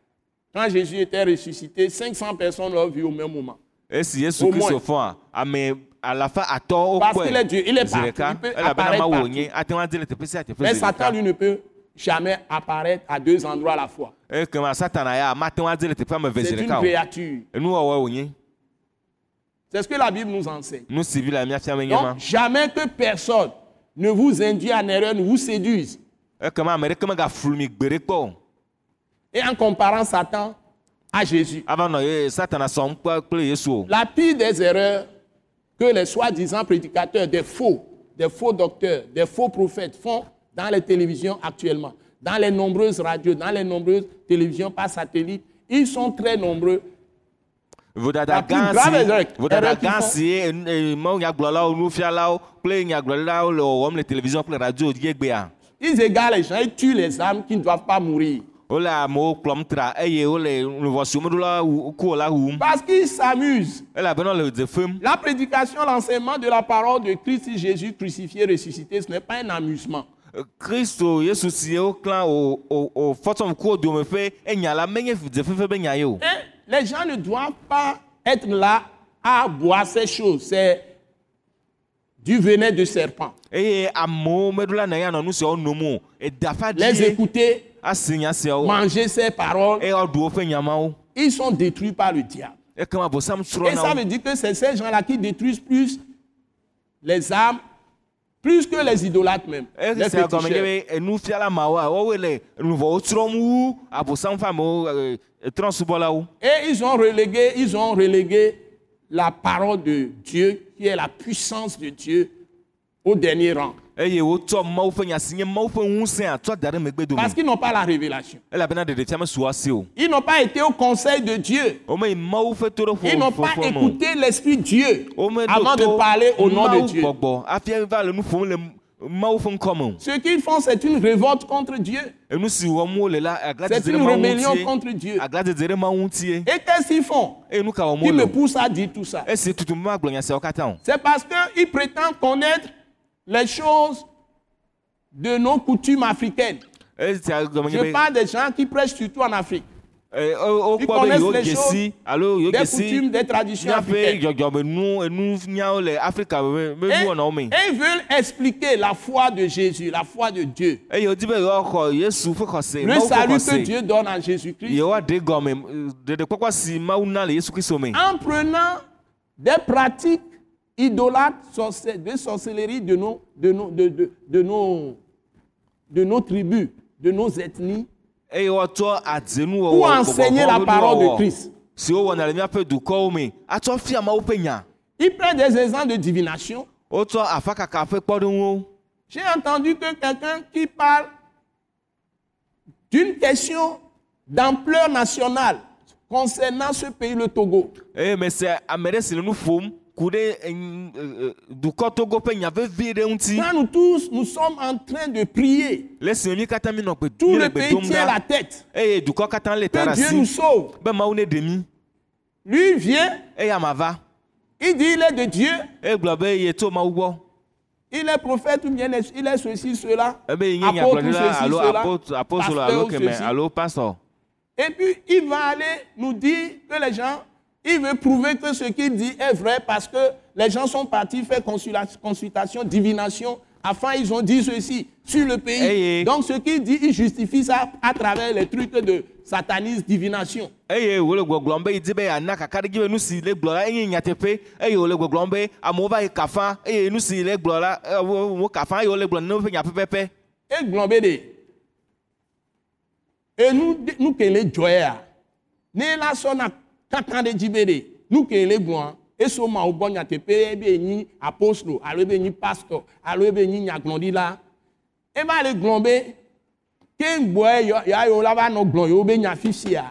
Quand Jésus était ressuscité, 500 personnes l'ont vu au même moment. esi yesu Au kristu moins. fɔa ame alafa atɔ Parce qu'il est wokpɔe Dieu, il est zi partout, ɖeka il peut elabena apparaître mawu partout. wònye ate ŋu adze Ah, le teƒe sia teƒe Mais zi Satan, ɖeka lui, ne peut jamais apparaître à deux endroits à la fois. ekema satana ya mate ŋu adze le hein. teƒe ame ve C'est zi une ɖeka o créature. enuwɔwɔe wònye C'est ce que la Bible nous enseigne. nu si vi le mía fiame nye ma Donc, jamais que personne ne vous induit en erreur, ne vous séduise. ekema ame ɖeke megaflu mi gbeɖe kpɔ o Et en comparant Satan à Jésus. ava nɔ ye satana sɔm kpe- kple yesu o La pire des erreurs que les soi-disant prédicateurs, des faux, des faux docteurs, des faux prophètes font dans les télévisions actuellement, dans les nombreuses radios, dans les nombreuses télévisions par satellite, ils sont très nombreux. vodada La plus gã grave erreur- si vodada erreur qu'ils gã font. si ye en- eh, mawu nyagblɔlawo nufialawo kple nyagblɔlawo le wɔwɔm le télévision kple radio dzi egbea Ils égarent les gens, ils tuent les âmes qui ne doivent pas mourir. wole amewo kplɔm tra eye wole nuvɔsiwomeɖola kuwo la E wum Parce qu'ils s'amusent. elabena wole dze fem La prédication, l'enseignement de la parole de Christ Jésus crucifié, ressuscité, ce n'est pas un amusement. kristu yesu si woklã o- o o fɔtɔm kuwo dome ƒe enya e la menye dze fefefe be nya ye o Et les gens ne doivent pas être là à boire ces choses. C'est du venin de serpent. eye amewo meɖola na ya nɔ nu siawo nom o E eda ƒe Les adi ye écouter, asi nya E siawo manger ces paroles, eye woaɖu woƒe nyamawo ils sont détruits par le diable. ekema bosam Et tsrɔ̃ na ça wo veut dire que c'est ces gens-là qui détruisent plus les âmes, plus que les idolâtres même. eye Les sia gɔme nye féticheurs. be enufiala mawoa woawoe le nuvɔwo tsrɔ̃m wu abosam ƒe amewo trɔ̃subɔlawo Et ils ont relégué, ils ont relégué la parole de Dieu, qui est la puissance de Dieu, au dernier rang. eye wotsɔ mawu ƒe nya si nye mawu ƒe ŋusẽ atsɔ da ɖe megbe Parce dome qu'ils n'ont pas la révélation. elabena ɖeɖefia mesu asi o Ils n'ont pas été au conseil de Dieu. womeyi mawu ƒe Ils n'ont pas toɖoƒoƒo me écouté l'Esprit Dieu o avant de parler au nom oh, de Dieu. gbɔgbɔ hafi va le nu ƒom le mawu ƒe ŋkɔme o Ce qu'ils font, c'est une révolte contre Dieu. enu si wɔm wole la C'est agladedze ɖe une mawu rébellion ŋutie contre Dieu. agladedze ɖe mawu ŋutie Et qu'est-ce qu'ils font eye nu ka wɔm Qui wole me o pousse à dire tout ça esi tutu magblɔ nya siawo katã o C'est parce qu'ils prétendent connaître les choses de nos coutumes africaines. esia gɔme nye Je be parle des gens qui prêchent surtout en Afrique. eh, o- Ils wokpɔ be connaissent yewo les gesi choses, alo yewo des gesi coutumes, des traditions míaƒe africaines. dzɔdzɔmenu enunyawo le afrika be be Et, nuwɔnawo me et ils veulent expliquer la foi de Jésus, la foi de Dieu, eye wodi be yewoaxɔ yesu ƒe xɔse le mawu ƒe salut que xɔse Dieu donne à Jésus-Christ, yewoaɖe gɔme ɖeɖekpɔkpɔ si mawu na le yesu kristu me en prenant des pratiques idolâtres, sorcelles- de sorcellerie de nos, de, nos, de, de- de nos, de nos tribus, de nos ethnies, eye woatsɔ adzenuwɔwɔ Pour enseigner la gbɔgbɔgbɔ parole de nuwɔwɔ Christ. oh, si oh, wowɔna le míaƒe dukɔwo me atsɔ fia mawo ƒe nya Oh, ils prennent des exemples de divination. wotsɔ afakaka ƒe kpɔɖeŋuwo J'ai entendu que quelqu'un qui parle d'une question d'ampleur nationale concernant ce pays, le Togo, eye mese ame ɖe si le nu ƒom ku ɖe eny- e- e- dukɔ togo ƒe nya vevie ɖe ŋuti Quand nous tous, nous sommes en train de prier, le si mi katã minɔ gbe tout mi le le gbe pays dom tient la ɖa tête. eye dukɔ katã le ta ɖe Que Dieu nous asi sauve. be mawu ne ɖe mi Lui vient, eye ama va il dit il est de Dieu, egblɔ be ye tso mawu gbɔ il est prophète ou bien il est ceci, cela. ebe yi nye apôtre ou nyagblɔɖila ceci, alo cela, apot- apostolo pasteur alo ou kɛmɛ ceci. alo pastor Et puis il va aller nous dire que les gens, il veut prouver que ce qu'il dit est vrai parce que les gens sont partis faire consula- consultation, divination Enfin, ils ont dit ceci sur le pays. Hey. Donc, ce qu'il dit, il justifie ça à travers les trucs de satanisme, divination. eye wòle gbɔgblɔm be yidi be yana kaka ɖe dzi be nu si le gblɔ la enye nyateƒe eye wòle gbɔgblɔm be amewo va yi kafa eye nu si le gblɔ la eh, wo wo kafa eye wòle gblɔ ne woƒe nyaƒeƒeƒe Et Glambédé. Et nous, nous qu'elle est joyeuse. Né la sona kaka de jibédé. Nous qu'elle est blanc. Et so ma au bon yate pe ebe ni apostolo, alo ebe ni pastor, alo ebe ni nyaglandi la. Et E ba le glambé. Ken boy e yo ya yo la ba no glon yo be nya fifsi ya.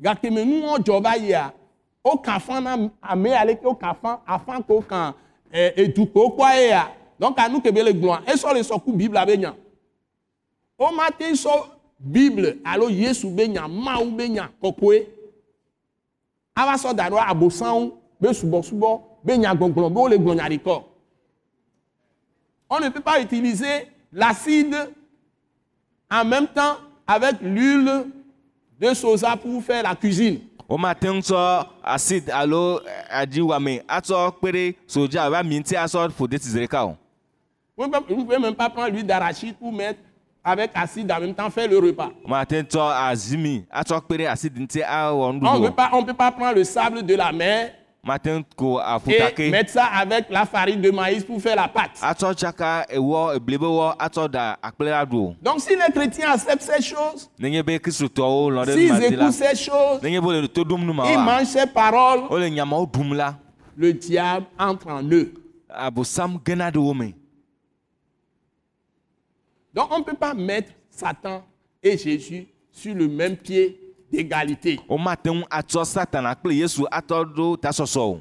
gake me nu wọn dzɔ va yia wo kafan na ame ale ke wo kafan afan ko kan eh, edukpo kpɔ ye ya donc anu kebe le gblɔa esɔ le sɔku bibla be nya wo ma te sɔ bible alo yesu be nya mawu be nya kɔkɔe ava sɔ da ɖo abosanwo be subɔsubɔ be nyagbɔgblɔ be wole gblɔ nya ɖikɔ on ne peut pas utiliser l'acide en même temps avec l'huile de soja pour faire la cuisine. womate ŋu tsɔ acid alo eh, adziwame atsɔ kpe ɖe sodza alo ami ŋuti asɔ ƒo detsi ɖeka o Vous ne pouvez- vous ne pouvez même pas prendre l'huile d'arachide pour mettre avec acide en même temps faire le repas. womate ŋu tsɔ azimi atsɔ kpe ɖe acid ŋuti awɔ On ne nuɖuɖu o peut pas prendre le sable de la mer mate ŋu ko et aƒutake mettre ça avec la farine de maïs pour faire la pâte. atsɔ tsaka ewɔ eblebewɔ atsɔ da akple la ɖu o Donc si les chrétiens acceptent ces choses, nenye be kristotɔwo lɔ ɖe s'ils numa di la Ah. écoutent ces choses, nenye be wole to ɖom nu ma ils wa mangent ces paroles, wole nyamawo ɖum la le diable entre en eux. abosam gena ɖe wo me Donc on ne peut pas mettre Satan et Jésus sur le même pied d'égalité. womate ŋu atsɔ satana kple yesu atɔ ɖo tasɔsɔ o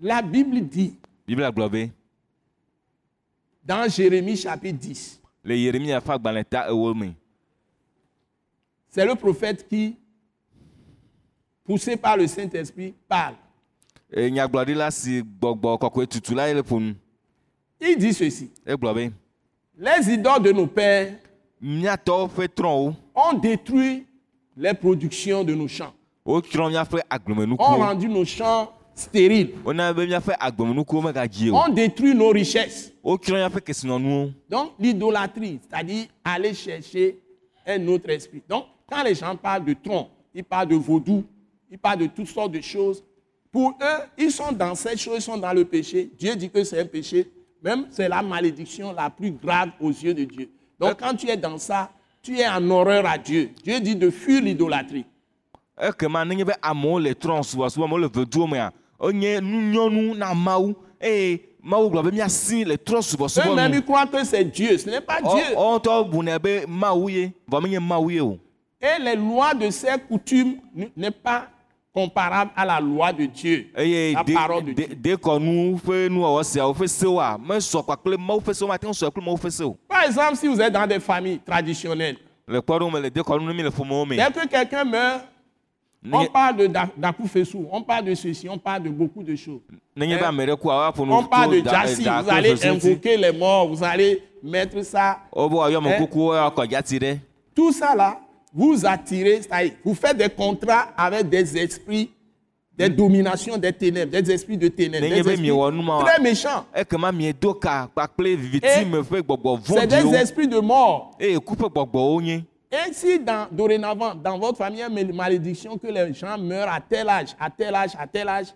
La Bible dit biblia gblɔ be dans Jérémie chapitre 10, le yeremia ƒe agbalẽ ta ewo me C'est le prophète qui, poussé par le Saint-Esprit, parle. E, nyagblɔɖila si gbɔgbɔ kɔkɔe tutu la ye le ƒonu Il dit ceci. egblɔ be Les idoles de nos pères míatɔwo ƒe trɔwo ont détruit les productions de nos champs, wotsrɔ̃ míaƒe ont agblemenukuwo rendu nos champs stériles, wona be míaƒe agblemenukuwo megadzi o ont détruit nos richesses. wotsrɔ̃ míaƒe kesinɔnuwo Donc l'idolâtrie, c'est-à-dire aller chercher un autre esprit. Donc quand les gens parlent de tronc, ils parlent de vaudou, ils parlent de toutes sortes de choses. Pour eux, ils sont dans cette chose, ils sont dans le péché. Dieu dit que c'est un péché. Même c'est la malédiction la plus grave aux yeux de Dieu. Donc quand tu es dans ça, tu es en horreur à Dieu. Dieu dit de fuir l'idolâtrie. ekema nenye be amewo le trɔ̃ subɔsubɔ amewo le veduo mea enye nunyɔnu na E, mawu eye mawu gblɔ be míasi le trɔ̃ subɔsubɔ Eux-mêmes, nu ils croient que c'est Dieu. Ce n'est Oh, pas Dieu. Wo- wɔtɔ buna be mawu ye vɔ menye mawu ye o Et les lois de ces coutumes n- n'est pas comparable à la loi de Dieu, eye la E, de- parole de Dieu. de- dekɔnu ƒe nuwɔwɔ siawo ƒe sewoa mesɔ kpakple mawu ƒe sewo mate ŋu sɔ kple mawu ƒe sewo Par exemple, si vous êtes dans des familles traditionnelles, le kpɔɖeŋu me le dekɔnu nu mi le ƒomewo me dès que quelqu'un meurt, on nenye parle de Da- d'Akufessou, on parle de ceci, on parle de beaucoup de choses. nenye be ame ɖe ku awo aƒo On parle nu de Jassi, vous allez invoquer les morts, vous allez mettre ça. wobe woayɔ Eh. amekukuwo akɔ dzati ɖe Tout ça là, vous attirez, c'est-à-dire, vous faites des contrats avec des esprits, des dominations des ténèbres, des esprits de ténèbres, Nenye des be esprits miewɔ nu ma wa. très méchants. ekema miedo ka kpakple vivitime ƒe gbɔgbɔ C'est vɔ̃ɖiwo des esprits de mort. eye ku ƒe gbɔgbɔwo nye Et si dans, dorénavant, dans votre famille, il y a une malédiction que les gens meurent à tel âge, à tel âge, à tel âge,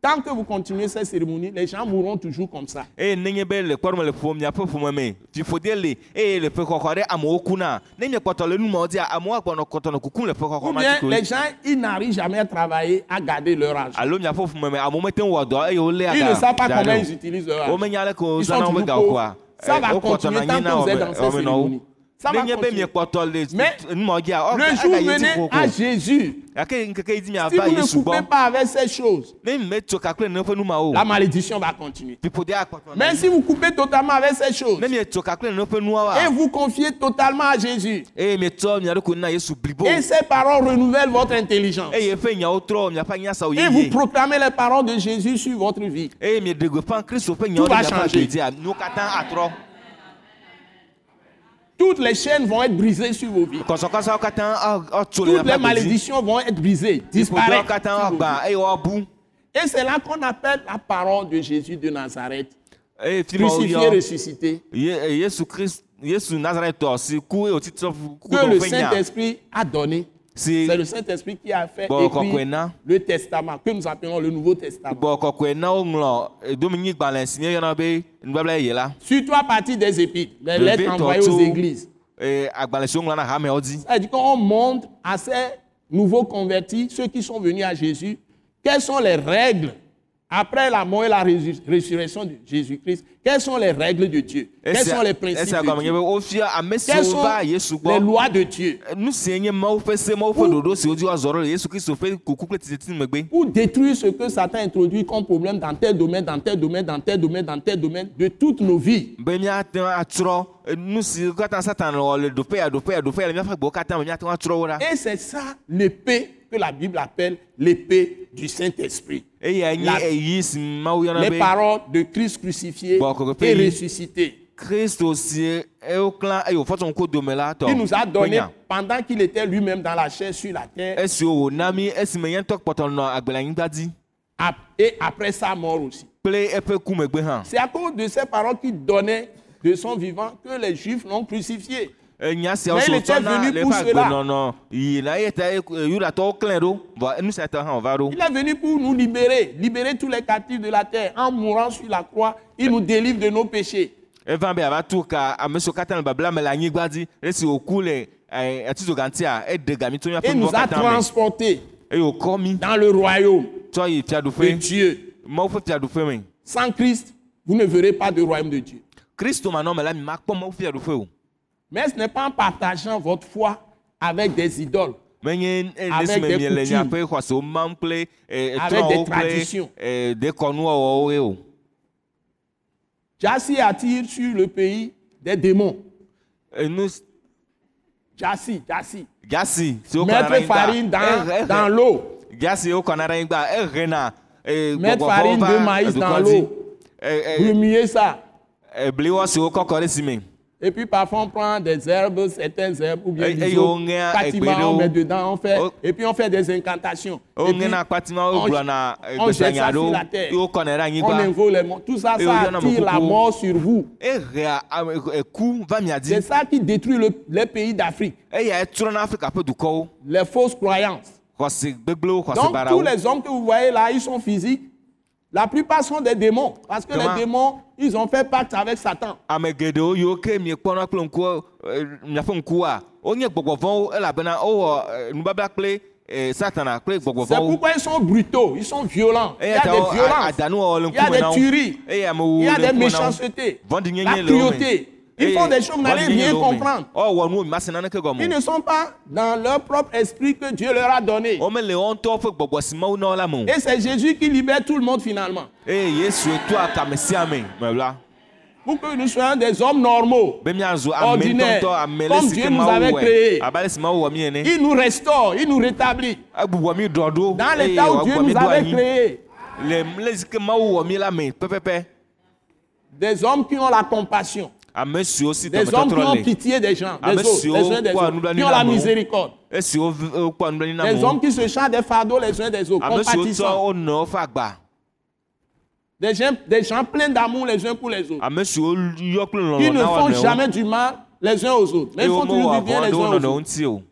tant que vous continuez cette cérémonie, les gens mourront toujours comme ça. eye nenye be le kpɔɖome le ƒom miaƒe ƒome me fifode le eye le ƒe xɔxɔ ɖe amewo kuna ne nye kpɔtɔ le numawo dzia amewo akpɔnɔ kɔtɔnɔ kukum le ƒe xɔxɔ Ou ma bien dzi les koe. gens, ils n'arrivent jamais à travailler, à garder leur argent. alo miaƒe ƒome me amewo mete ŋu wɔ dɔ eye wolé Ils ne savent pas ɖa comment ɖe ils utilisent leur o argent. womenya aleke Ils sont wozana woƒe toujours gawo pauvres. koa Ça va eh, continuer tant que vous êtes dans cette wɔmenɔwo cérémonie. Ça va nenye be continuer. miekpɔtɔ le Mais numawo dzia ɔ- Le jour agayi edzi venez kokoko. à Jésus, gake ŋkeke yi dzi si miava vous yesu ne coupez gbɔ pas avec ces choses, ne metso kakple ne ƒe numawo la malédiction va continuer. fifode akpɔtɔ Mais si vous coupez totalement avec ces choses ne mietso kakple ne ƒe et nuawoa vous confiez totalement à Jésus, eye mietsɔ miaɖokui na yesu blibo Eh, Et ces paroles renouvellent votre intelligence. eye eƒe nyawo trɔ miaƒe anyasawo Et vous yeye proclamez les paroles de Jésus sur votre vie. eye mieɖe gbeƒã kristu ƒe nyawo Tout va ɖe miaƒe changer. agbe dzia nuwo katã atrɔ Toutes les chaînes vont être brisées sur vos vies. kɔsɔkɔsɔwo katã a- atso ah, Oh, Toutes le miaƒe les agbe dzi malédictions vont être brisées, fifodeawo disparaître. katã sur vos vies. agbã eye woabu Et c'est là qu'on appelle la parole de Jésus de Nazareth, eye fi ma wo crucifié, yɔ ressuscité, Eh, Ye- eh, yesu kristu yesu nazaretɔ si ku eye wòtí tɔ fu- ku que ɖe le woƒe nya Saint-Esprit a donné. si C'est le Saint-Esprit qui a fait Bon, écrire qu'on connaît. le testament, que nous appelons le Nouveau Testament. bɔ kɔkɔe na eh, wo ŋlɔ dominyigbalẽ si ne yɔna be nubabla ye la Surtout à partir des épîtres, les Le lettres Vétor envoyées aux tout. églises. eh, agbalẽ si woŋlɔ na hameawo dzi C'est-à-dire qu'on montre à ces nouveaux convertis, ceux qui sont venus à Jésus, quelles sont les règles après la mort et la résu- ressurrection de Jésus-Christ. Quelles sont les règles de Dieu Quels sont les principes esia gɔme de nye Dieu be wofia ame Quelles siwo sont va yesu les gbɔ lois de Dieu nu sie nye mawo ƒe se mawo ƒe ɖoɖo si wodzi woazɔ ɖo le yesu kristu ƒe kuku kple tititi megbe pour détruire ce que Satan introduit comme problème dans tel domaine, dans tel domaine, dans tel domaine, dans tel domaine, de toutes nos vies. be míate ŋu atsrɔ eh, nu si katã satan lɔ le ɖoƒe ya ɖoƒe ya ɖoƒe ya le míaƒe gbewo katã me míate ŋu atsrɔ wo ɖa Et c'est ça l'épée que la Bible appelle l'épée du Saint-Esprit. eya nye La- eyi si mawo yɔna Les be paroles de Christ crucifié Bon, qu'on et peut- ressuscité. kristu si ewo klã eye wòfɔ tɔ ŋku dome la tɔ qui nous a donné wonya. pendant qu'il était lui-même dans la chair sur la terre esiwo wòna mí esime nye ŋutɔ kpɔtɔ nɔ agbelenyigba dzi ap- et après sa mort aussi. kple eƒe ku megbe hã C'est à cause de ces paroles qu'il donnait de son vivant que les Juifs l'ont crucifié. enya siawo Mais si il était wòtsɔna venu le pour eƒe cela. agbenɔnɔ yi la eye ta eh, yudatɔwo klãe ɖo vɔ enu sia tɔ hã wòva ɖo Il est venu pour nous libérer, libérer tous les captifs de la terre. En mourant sur la croix, il nous délivre de nos péchés. eva be ava tu ka ame siwo katã le babla me le anyigba dzi esi wòku le eh, atizo gantia eɖe gami tso míaƒe Et nuwo nous a katã me transportés eye wòkɔ mí dans le royaume tsɔ yi de fiaɖuƒe Dieu. mawu ƒe fiaɖuƒe me Sans Christ, vous ne verrez pas de royaume de Dieu. kristu manɔ me la mi makpɔ mawu fiaɖuƒe o Mais ce n'est pas en partageant votre foi avec des idoles menye eh, Avec esime des mi le coutumes. miaƒe xɔsewo mam kple eh, Avec des etrɔwo kple traditions. eh, oh, dekɔnuwɔwɔwo ye o Jassi attire sur le pays des démons. enu s- Jassi, Jassi. gasi si eh, wokɔ na Mettre ɖe farine dans, dans anyigba l'eau. gasi wokɔ na ɖe anyigba ehena eh, Mettre gbɔgbɔ farine vɔ̃ de va maïs edukɔ dans dzi. l'eau. Eh, eh, Remuer ça. eh, bliwɔ si wokɔ kɔ ɖe si me Et puis parfois on prend des herbes, certaines herbes ou bien Et- des et Eh, on met à Pratiquement on Egbero. met dedans, on fait, Oh. et puis on fait des incantations. Et puis, woŋena akpatima on- wogblɔna on jette ça gbesanya sur la ɖo terre. ye wokɔ na ɖe On anyigba invoque les morts. Tout ça, Et ça on vient dans attire mon la coco. mort sur vous. E ehea ame- eku e va E mia C'est dzi ça qui détruit le- les pays d'Afrique, eya etrɔna afrika ƒe dukɔwo les fausses croyances. xɔse gbegblẽwo xɔse Donc tous barawo les hommes que vous voyez là, ils sont physiques. La plupart sont des démons. Parce que Comment? les démons, ils ont fait pacte avec Satan. ame geɖewo yiwo ke miekpɔna kple ŋku e, miaƒe ŋkua wonye gbɔgbɔ vɔ̃wo elabena wowɔ eh, nubabla kple eh, satana kple gbɔgbɔ C'est vɔ̃wo pourquoi ils sont brutaux, ils sont violents. Il y eya a ta des wo a- violences, adanuwɔwɔ ah, oh, le Eh, il y a ŋkume na des wo tueries, eye il amewo y a le des ŋkume na wo méchancetés, vɔ̃ɖinyenye la le wo cruauté. me Ils Eye font des choses, vous n'allez vɔ̃ɖinyenye rien le Oh, wo me. comprendre. Ewɔ nuwo mase naneke gɔme Ils o. ne sont pas dans leur propre esprit que Dieu leur a donné. womele wo ŋutɔ ƒe gbɔgbɔ oh, si mawu na wo la me o Et c'est Jésus qui libère tout le monde finalement. eye yesu toa kame sia me mebla Pour que nous soyons des hommes normaux. be míazu ame Ordinaire, ŋutɔ ame le comme si Dieu ke nous mawu avait wɔe créé. abe ale si mawu wɔ mí ene Il nous restaure, il nous rétablit. egbugbɔ mí ɖɔ ɖo Dans eye l'état où Dieu wòagbugbɔ nous mí ɖo avait anyi. créés. le le si ke mawu wɔ mí la me pɛpɛpɛ Des hommes qui ont la compassion. ame siwo si Des hommes qui dɔmetɔtrɔ ont le pitié des gens, Ah, des autres, monsieur, des uns des quoi, autres, nous donne qui ont une la amour. miséricorde. esiwo v- eh, wokpɔa nublanui na Des mo hommes qui se chargent des fardeaux les uns des autres, ame siwo compatissants. tsɔ wo nɔ woƒe agba Des gens, des gens pleins d'amour les uns pour les autres. ame siwo yɔ kple Ils ne lɔlɔ na wo font nɔewo jamais du mal les uns aux autres, mais eye ils font toujours womewɔ du bien avɔ les ɖe uns wo aux nɔnɔwo autres. ŋuti o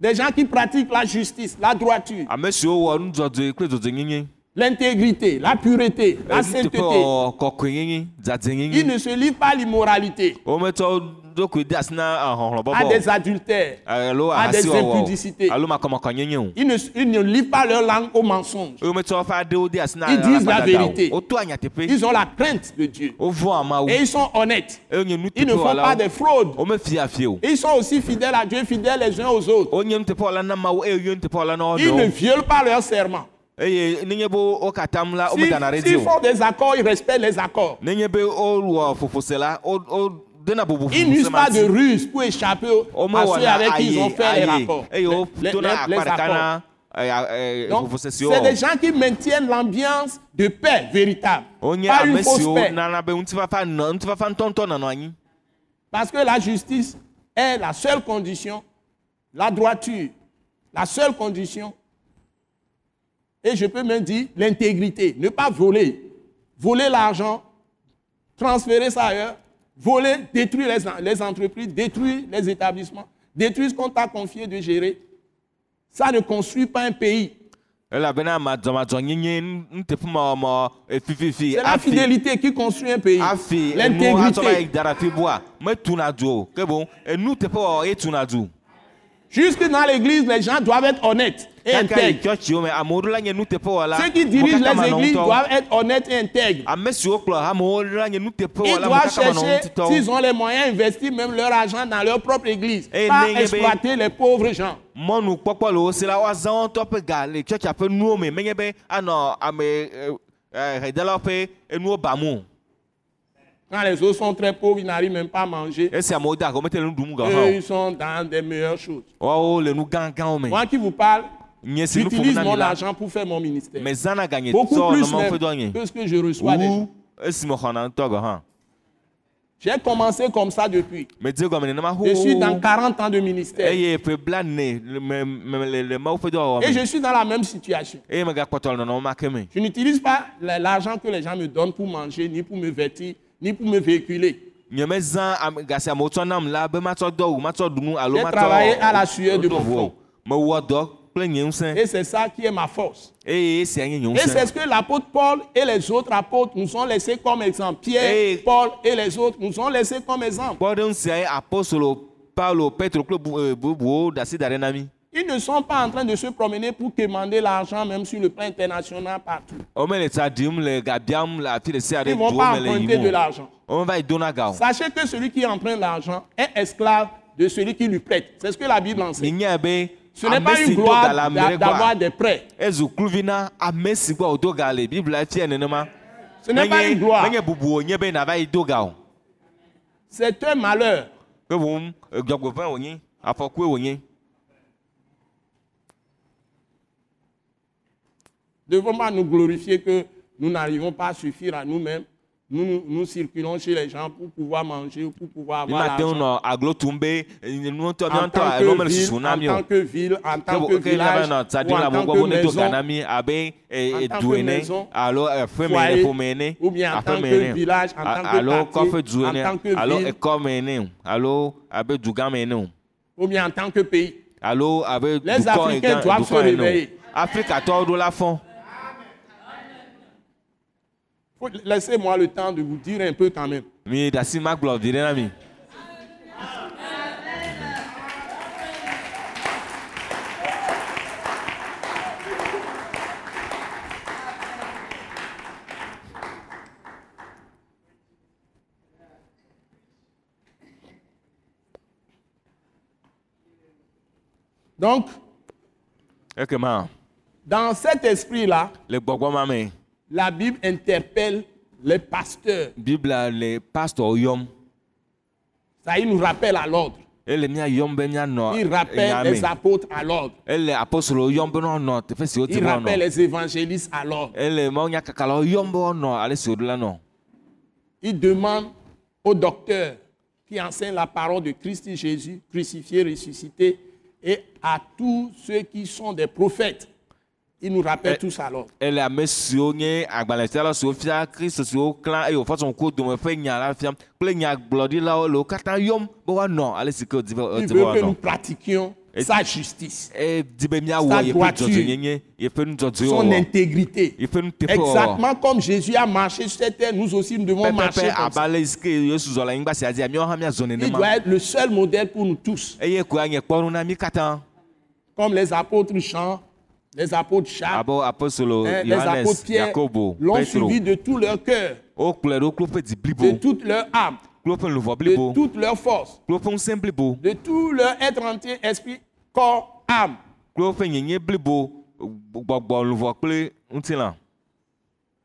Des gens qui pratiquent la justice, la droiture, ame siwo wɔ nudzɔdzɔe kple dzɔdzɔenyenye l'intégrité, la pureté, la sainteté. nuteƒewɔwɔ kɔkɔenyenye dzadzenyenye Ils ne se livrent pas à l'immoralité, wometɔ ɖokui de asi na ahɔhlɔ à bɔbɔ des adultères. alo à des ahasiwɔwɔ impudicités. alo makɔmakɔnyenye o Ils ne, ils ne livrent pas leur langue au mensonge. wometɔ woƒe aɖewo de asi na Ils disent la alagbadada vérité. o wotoa nyateƒe Ils ont la crainte de Dieu wovɔa mawu et ils sont honnêtes. eye wonye Ils ne font pas des nuteƒewɔlawo fraudes. womefia fie o Ils sont aussi fidèles à Dieu, fidèles les uns aux autres. wonye nuteƒewɔla na mawu eye wonye nuteƒewɔla na wo Ils ne nɔewo violent pas leur serment. eye nenye be wo katã m Ah la S'ils womedana ɖe dzi s'ils o font des accords, ils respectent les accords. nenye be wowɔ fofose la wo- wo dena bubu Ils n'usent fofose ma pas de ŋuti ruse pour échapper aux- à womewɔna ceux avec qui ils ont aye fait les rapports. aye eye Les- les- wotona les akpa ɖeka accords. na eh, ah, eh, Donc, fofose siwo c'est wɔ. des gens qui maintiennent l'ambiance de paix véritable. wonye Pas une ame fausse siwo paix. nana be ŋutifafa nɔ ŋutifafa ŋutɔŋutɔ nɔnɔ anyi Parce que la justice est la seule condition, la droiture, la seule condition et je peux même dire l'intégrité, ne pas voler, voler l'argent, transférer ça ailleurs, voler, détruire les, en- les entreprises, détruire les établissements, détruire ce qu'on t'a confié de gérer. Ça ne construit pas un pays. elabena amadzɔmadzɔ nyenye nuteƒemɔmɔ efififi C'est la fidélité qui construit un pays. afi enu atsɔ va yi L'intégrité. da ɖe afi bua metuna du o ke Eh, boŋ enu teƒewɔwɔ ye tuna du Jusque dans l'église, les gens doivent être honnêtes et kaka yi intègres. tsɔtsiwo me amewo ɖo la nye nuteƒewɔla Ceux qui wo dirigent kaka les manɔ églises ŋutɔ. doivent être honnêtes et intègres. ame siwo kplɔ amewo ɖo la nye Ils nuteƒewɔla wo doivent kaka manɔ chercher, s'ils ŋutitɔwo ont les moyens, investir même leur argent dans leur propre église. Et Pas n'est-ce pas- exploiter les pauvres gens. mɔnukpɔkpɔ le wo se la woazã wo ŋutɔ ƒe ga le tsɔtsia ƒe nuwo me menye be anɔ ame eh, hedelawo ƒe enuwo bam o Quand les autres sont très pauvres, ils n'arrivent même pas à manger. esi amewo de agɔ mete le nu ɖum gɔ Eux, hã ils sont dans des meilleures choses. o woawo le nu gãgãwo me Moi qui vous parle, nye si nu ƒom j'utilise na mi mon la argent pour faire mon ministère. mezãna ganye Beaucoup tɔ plus nɔmawo ƒe dɔ même nye e que ce que je reçois des gens. wu esime xɔna ŋutɔ gɔ hã J'ai commencé comme ça depuis. medze gɔme nenema Je suis dans xoxo 40 ans de ministère. eye ƒe blane le- me- me- le le mawu ƒe Et dɔwɔwɔ je me E suis dans la même situation. eye megakpɔtɔ le nɔnɔme ma ke me Je n'utilise pas la- l'argent que les gens me donnent pour manger, ni pour me vêtir, ni pour me véhiculer. nye mezã am- gasi amewo tsɔ nam la be matsɔ dɔ wu matsɔ ɖunu alo J'ai travaillé à la sueur matsɔ de ɖu mon wu o. front. mewɔ dɔ kple nye ŋusẽ Et c'est ça qui est ma force. eye esia nye nye Et c'est ŋusẽ ce que l'apôtre Paul et les autres apôtres nous ont laissé comme exemple. Et- Pierre, Paul et les autres nous ont laissé comme exemple. kpɔ ɖe nu sia ye apostolo paulo petro kple bu- eh, bubuwo da asi da ɖe na mi Ils ne sont pas en train de se promener pour demander l'argent, même sur le plan international, partout. womele tsa ɖim le ga biam le afi ɖe sia Ils ɖe ne vont pas duwo me le emprunter de yim o l'argent. womeva yi dona ga o Sachez que celui qui emprunte l'argent est esclave de celui qui lui prête. C'est ce que la Bible enseigne. minya be Ce n'est pas ame si une do ga le gloire ame d'a- ɖe gbɔa d'avoir des prêts. ezu kluvi na ame si gbɔ wodo ga le biblia fia nenema Ce n'est pas une gloire. menye bubu wonye be nava yi do ga o C'est un malheur. ke boŋ dzɔgbeƒe wonye afɔkue wonye devons pas nous glorifier que nous n'arrivons pas à suffire à nous-mêmes. Nous, nous, nous circulons chez les gens pour pouvoir manger, ou pour pouvoir avoir mimate ŋu l'argent. nɔ aglo tum be e nuŋtɔ En tant, miãtɔ que elo mele ville, susu na en mi o tant que ville, en ke tant bo- que ke miava village, nɔ ou tsaɖim le en amewo tant gbɔ que be ne do ga maison, na mi abe eh, en eh, tant du que ene maison, alo eƒe me foyer, ene ƒome ene ou bien en tant aƒe me que ene village, en tant A- que alo quartier, kɔƒe du en ene tant que alo ville. ekɔ me ene alo abe dugã me ene o. ou bien en tant que pays. alo abe Les dukɔ Africains ega- doivent se dukɔ ene réveiller. o afrikatɔwo ɖo la fɔ Faut- Laissez-moi le temps de vous dire un peu quand même. mi dasi ma gblɔ vi ɖe na mi Donc, ekema dans cet esprit-là, le gbɔgbɔ ma me la Bible interpelle les pasteurs. biblia le pastɔwo yɔm Ça, il nous rappelle à l'ordre. ele mia yɔm be mia nɔ Il rappelle les me apôtres à l'ordre. ele apostolowo yɔm be ne woanɔ teƒe si woti Il be rappelle woanɔ les évangélistes à l'ordre. ele mawunyakakalawo yɔm be woanɔ ale si woɖo la nɔ Il demande au docteur qui enseigne la parole de Christ Jésus, crucifié, ressuscité, et à tous ceux qui sont des prophètes. Il nous rappelle Eh. tous à l'ordre. ele ame siwo nye agbalẽfiala siwo fia kristu siwo klã eye wòfɔ sɔn ko dome ƒe nya la fiam kple nyagblɔɖilawo le wo katã yɔm be woanɔ ale si ke wodi be Il wodi be veut que nous woanɔ pratiquions euh, Et- sa justice, edi be Sa miawɔ yeƒe droiture. dzɔdzɔnyenye yeƒe son nudzɔdzɔewɔwɔ intégrité. yeƒe nuteƒewɔwɔ Exactement comme Jésus a marché sur cette terre, nous aussi nous devons marcher pɛpɛpɛ comme abe ça. ale si ke yesu zɔ le anyigba sia dzia miawo hã miazɔ Il doit nenema être le seul modèle pour nous tous, eye koe anye kpɔnu na mi katã comme les apôtres Jean, les apôtres Jacques, abe apostolo Hein, Ah. les apôtres yohanes Pierre yakobo l'ont petro Oh, suivi de tout leur cœur, wokplɔe ɖo kple woƒe dzi de blibo toute leur âme, kple woƒe luvɔ de blibo toute leur force, kple woƒe ŋusẽ blibo de tout leur être entier, esprit, corps, âme. kple woƒe nyenye blibo gbɔgbɔ luvɔ kple ŋutilã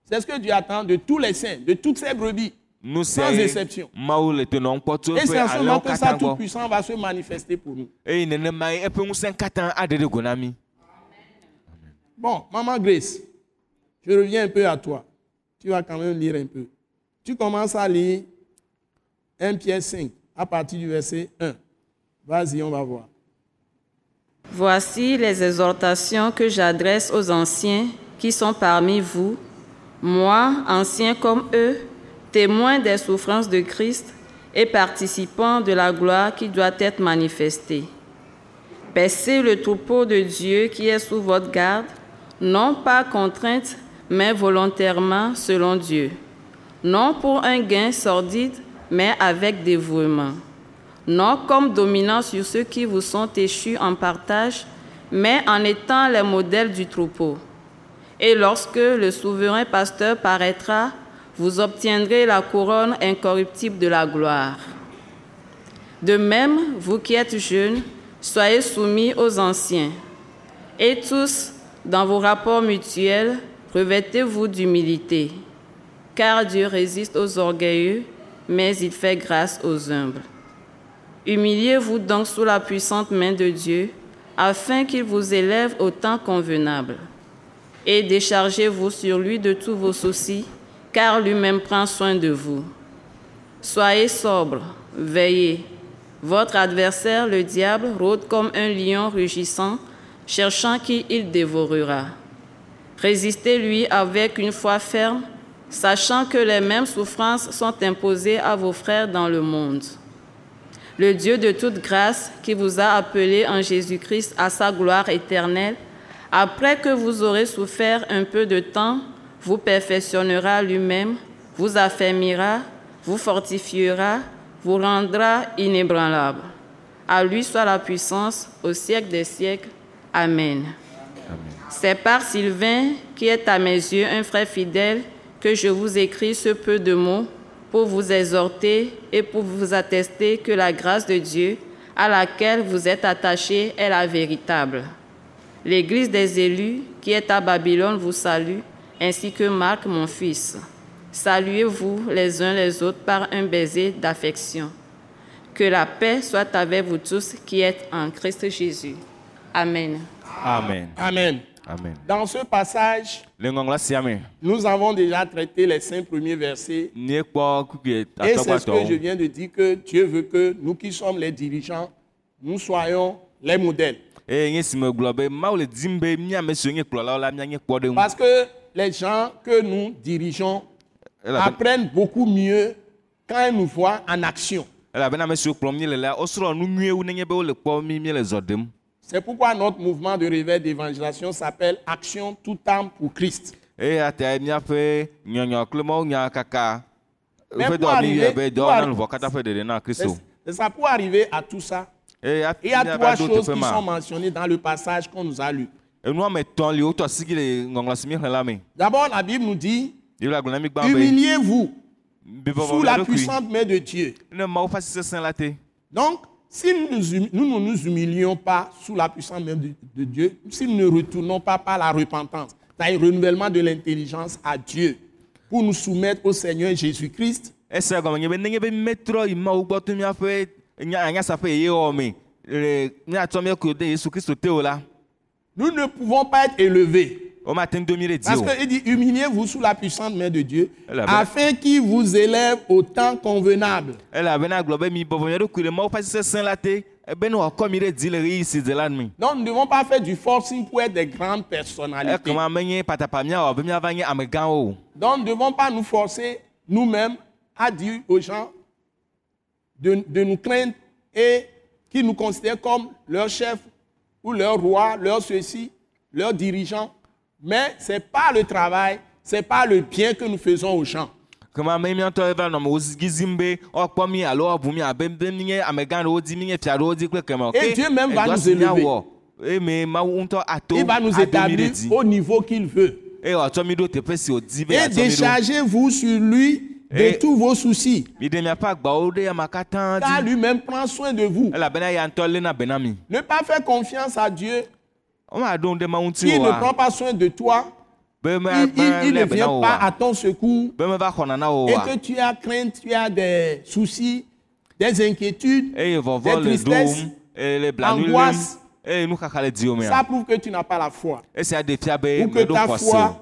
C'est ce que Dieu attend de tous les saints, de toutes ces brebis. nu sia Sans ye exception. mawu le tenɔm kpɔ tso Et c'est eƒe en ce moment alẽwo que ça katã gbɔ Tout-Puissant va se manifester pour nous. eye nenema ye eƒe ŋusẽ katã aɖe ɖe go na mi Bon, Maman Grace, je reviens un peu à toi. Tu vas quand même lire un peu. Tu commences à lire 1 Pierre 5 à partir du verset 1. Vas-y, on va voir. Voici les exhortations que j'adresse aux anciens qui sont parmi vous, moi, ancien comme eux, témoin des souffrances de Christ et participant de la gloire qui doit être manifestée. Paissez Ben, le troupeau de Dieu qui est sous votre garde, non pas contrainte, mais volontairement selon Dieu, non pour un gain sordide, mais avec dévouement, non comme dominant sur ceux qui vous sont échus en partage, mais en étant les modèles du troupeau. Et lorsque le souverain pasteur paraîtra, vous obtiendrez la couronne incorruptible de la gloire. De même, vous qui êtes jeunes, soyez soumis aux anciens. Et tous, dans vos rapports mutuels, revêtez-vous d'humilité, car Dieu résiste aux orgueilleux, mais il fait grâce aux humbles. Humiliez-vous donc sous la puissante main de Dieu, afin qu'il vous élève au temps convenable. Et déchargez-vous sur lui de tous vos soucis, car lui-même prend soin de vous. Soyez sobre, veillez. Votre adversaire, le diable, rôde comme un lion rugissant, cherchant qui il dévorera. Résistez-lui avec une foi ferme, sachant que les mêmes souffrances sont imposées à vos frères dans le monde. Le Dieu de toute grâce, qui vous a appelé en Jésus-Christ à sa gloire éternelle, après que vous aurez souffert un peu de temps, vous perfectionnera lui-même, vous affermira, vous fortifiera, vous rendra inébranlable. À lui soit la puissance au siècle des siècles. Amen. C'est par Sylvain, qui est à mes yeux un frère fidèle, que je vous écris ce peu de mots pour vous exhorter et pour vous attester que la grâce de Dieu à laquelle vous êtes attachés est la véritable. L'Église des élus qui est à Babylone vous salue, ainsi que Marc, mon fils. Saluez-vous les uns les autres par un baiser d'affection. Que la paix soit avec vous tous qui êtes en Christ Jésus. Amen. Amen. Amen. Amen. Dans ce passage, Le ngɔŋ la siame. nous avons déjà traité les cinq premiers versets. N'i ye kpɔ kukie Et c'est ce que je atɔgbatɔ. viens de dire que Dieu veut que nous qui sommes les dirigeants, nous soyons les modèles. Eye nye Eh, si me gblɔ be mawu le dim be miame siwo nye kplɔlawo la mianye kpɔɖeŋu. Parce que les gens que nous dirigeons Elabena- apprennent beaucoup mieux quand ils nous voient en action. elabena ame siwo kplɔm míele la wosrɔ̃ nu nyuiewu nenye be wole kpɔ mí míele zɔ ɖem. C'est pourquoi notre mouvement de réveil d'évangélisation s'appelle Action tout temps pour Christ. eya ta míaƒe nyɔnyɔ kple mawu nya kaka Mais woƒe pour dɔwɔnuyi arriver- be pour dɔwɔna arri- nuvɔ katã ƒe ɖeɖe na C'est kristo c'est ça pour arriver à tout ça. eya Il y a trois míava ɖo choses teƒe qui sont ma mentionnées dans le passage qu'on nous a lu. enu woame etɔ̃ li wotɔ sigi le ŋɔŋlɔ si míexlẽ la me D'abord, la Bible nous dit yibla gblɔ na mí gbã be Humiliez-vous bibɔbɔ sous mia la ɖokui puissante main de Dieu. ne mawu ƒe asi sesẽ la te Donc, si nous ne nous, hum- nous ne nous humilions pas sous la puissante main de, de Dieu, si nous ne retournons pas par la repentance, c'est-à-dire renouvellement de l'intelligence à Dieu, pour nous soumettre au Seigneur Jésus-Christ, esia gɔme nye be nenye be metrɔ yi mawu gbɔ to míaƒe nya- anyasa ƒe yeyewɔ me le míatsɔ míakoe ɖe yesu kristo te o la nous ne pouvons pas être élevés. womate ŋu do mí ɖe dzi Parce o qu'il dit, humiliez-vous sous la puissante main de Dieu, Elle a bien- afin qu'il vous élève au temps convenable. elabena gblɔ be mi bɔbɔ mia ɖokui le mawu ƒe asi sesẽ la te ebene wòakɔ mi ɖe dzi le ɣeyiɣi si dze la nu me Donc, nous ne devons pas faire du forcing pour être des grandes personnalités. ekema menye patapa miawɔ be miava nye amegãwo o Donc, nous ne devons pas nous forcer nous-mêmes à dire aux gens de, de nous craindre et qu'ils nous considèrent comme leur chef ou leur roi, leur ceci, leur dirigeant. Mais ce n'est pas le travail, ce n'est pas le bien que nous faisons aux gens. kema me miãtɔ eva nɔme wo gizim be woakpɔ mi alo woabu mi abe be mi nye amegã ɖewo di mi nye fia ɖewo di kple kemɔ Et Eh, Dieu même va nous élever. eme mawu ŋutɔ ato Il va nous ado mi ɖe établir dzi au niveau qu'il veut. eye wòatsɔ mi ɖo teƒe si wòdi be Et yeatsɔ mi ɖo déchargez-vous sur lui de Et- tous vos soucis, miɖe miaƒe agbawo ɖe ama katã car dzi lui-même prend soin de vous. elabena ya ŋutɔ léna be na mi Ne pas faire confiance à Dieu, womaɖo ŋu ɖe ma ŋuti il o ne prend wa pas soin de toi, be il, il- il ne mele be na vient wo pas à wa ton secours be meva xɔna na wo et wa que tu as crainte, tu as des soucis, des inquiétudes, eye vɔvɔ des le tristesses, dom eye le blanui lém angoisse. eye nuxaxa le diwo mea ça prouve que tu n'as pas la foi esia ɖe fia be ou que meɖo ta xɔse o foi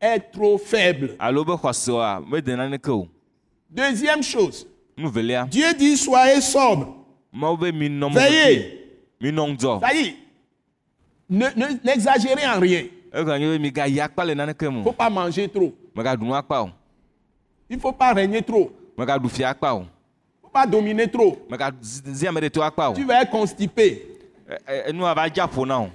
est trop faible. alo be xɔsea mede naneke o Deuxième chose, nu velia Dieu dit soyez sobre, mawu be minɔ veillez. minɔ ŋdɔ Ça y est, ne- ne- n'exagérez en rien. egɔme nye be migayi akpa le naneke Il me ne faut o pas manger trop. megaɖu nu akpa o Il ne faut pas régner trop. megaɖu fia akpa o Il ne faut pas dominer trop. megazi ame ɖe to akpa o Tu vas être constipé. E- e- enua va dza ƒo na o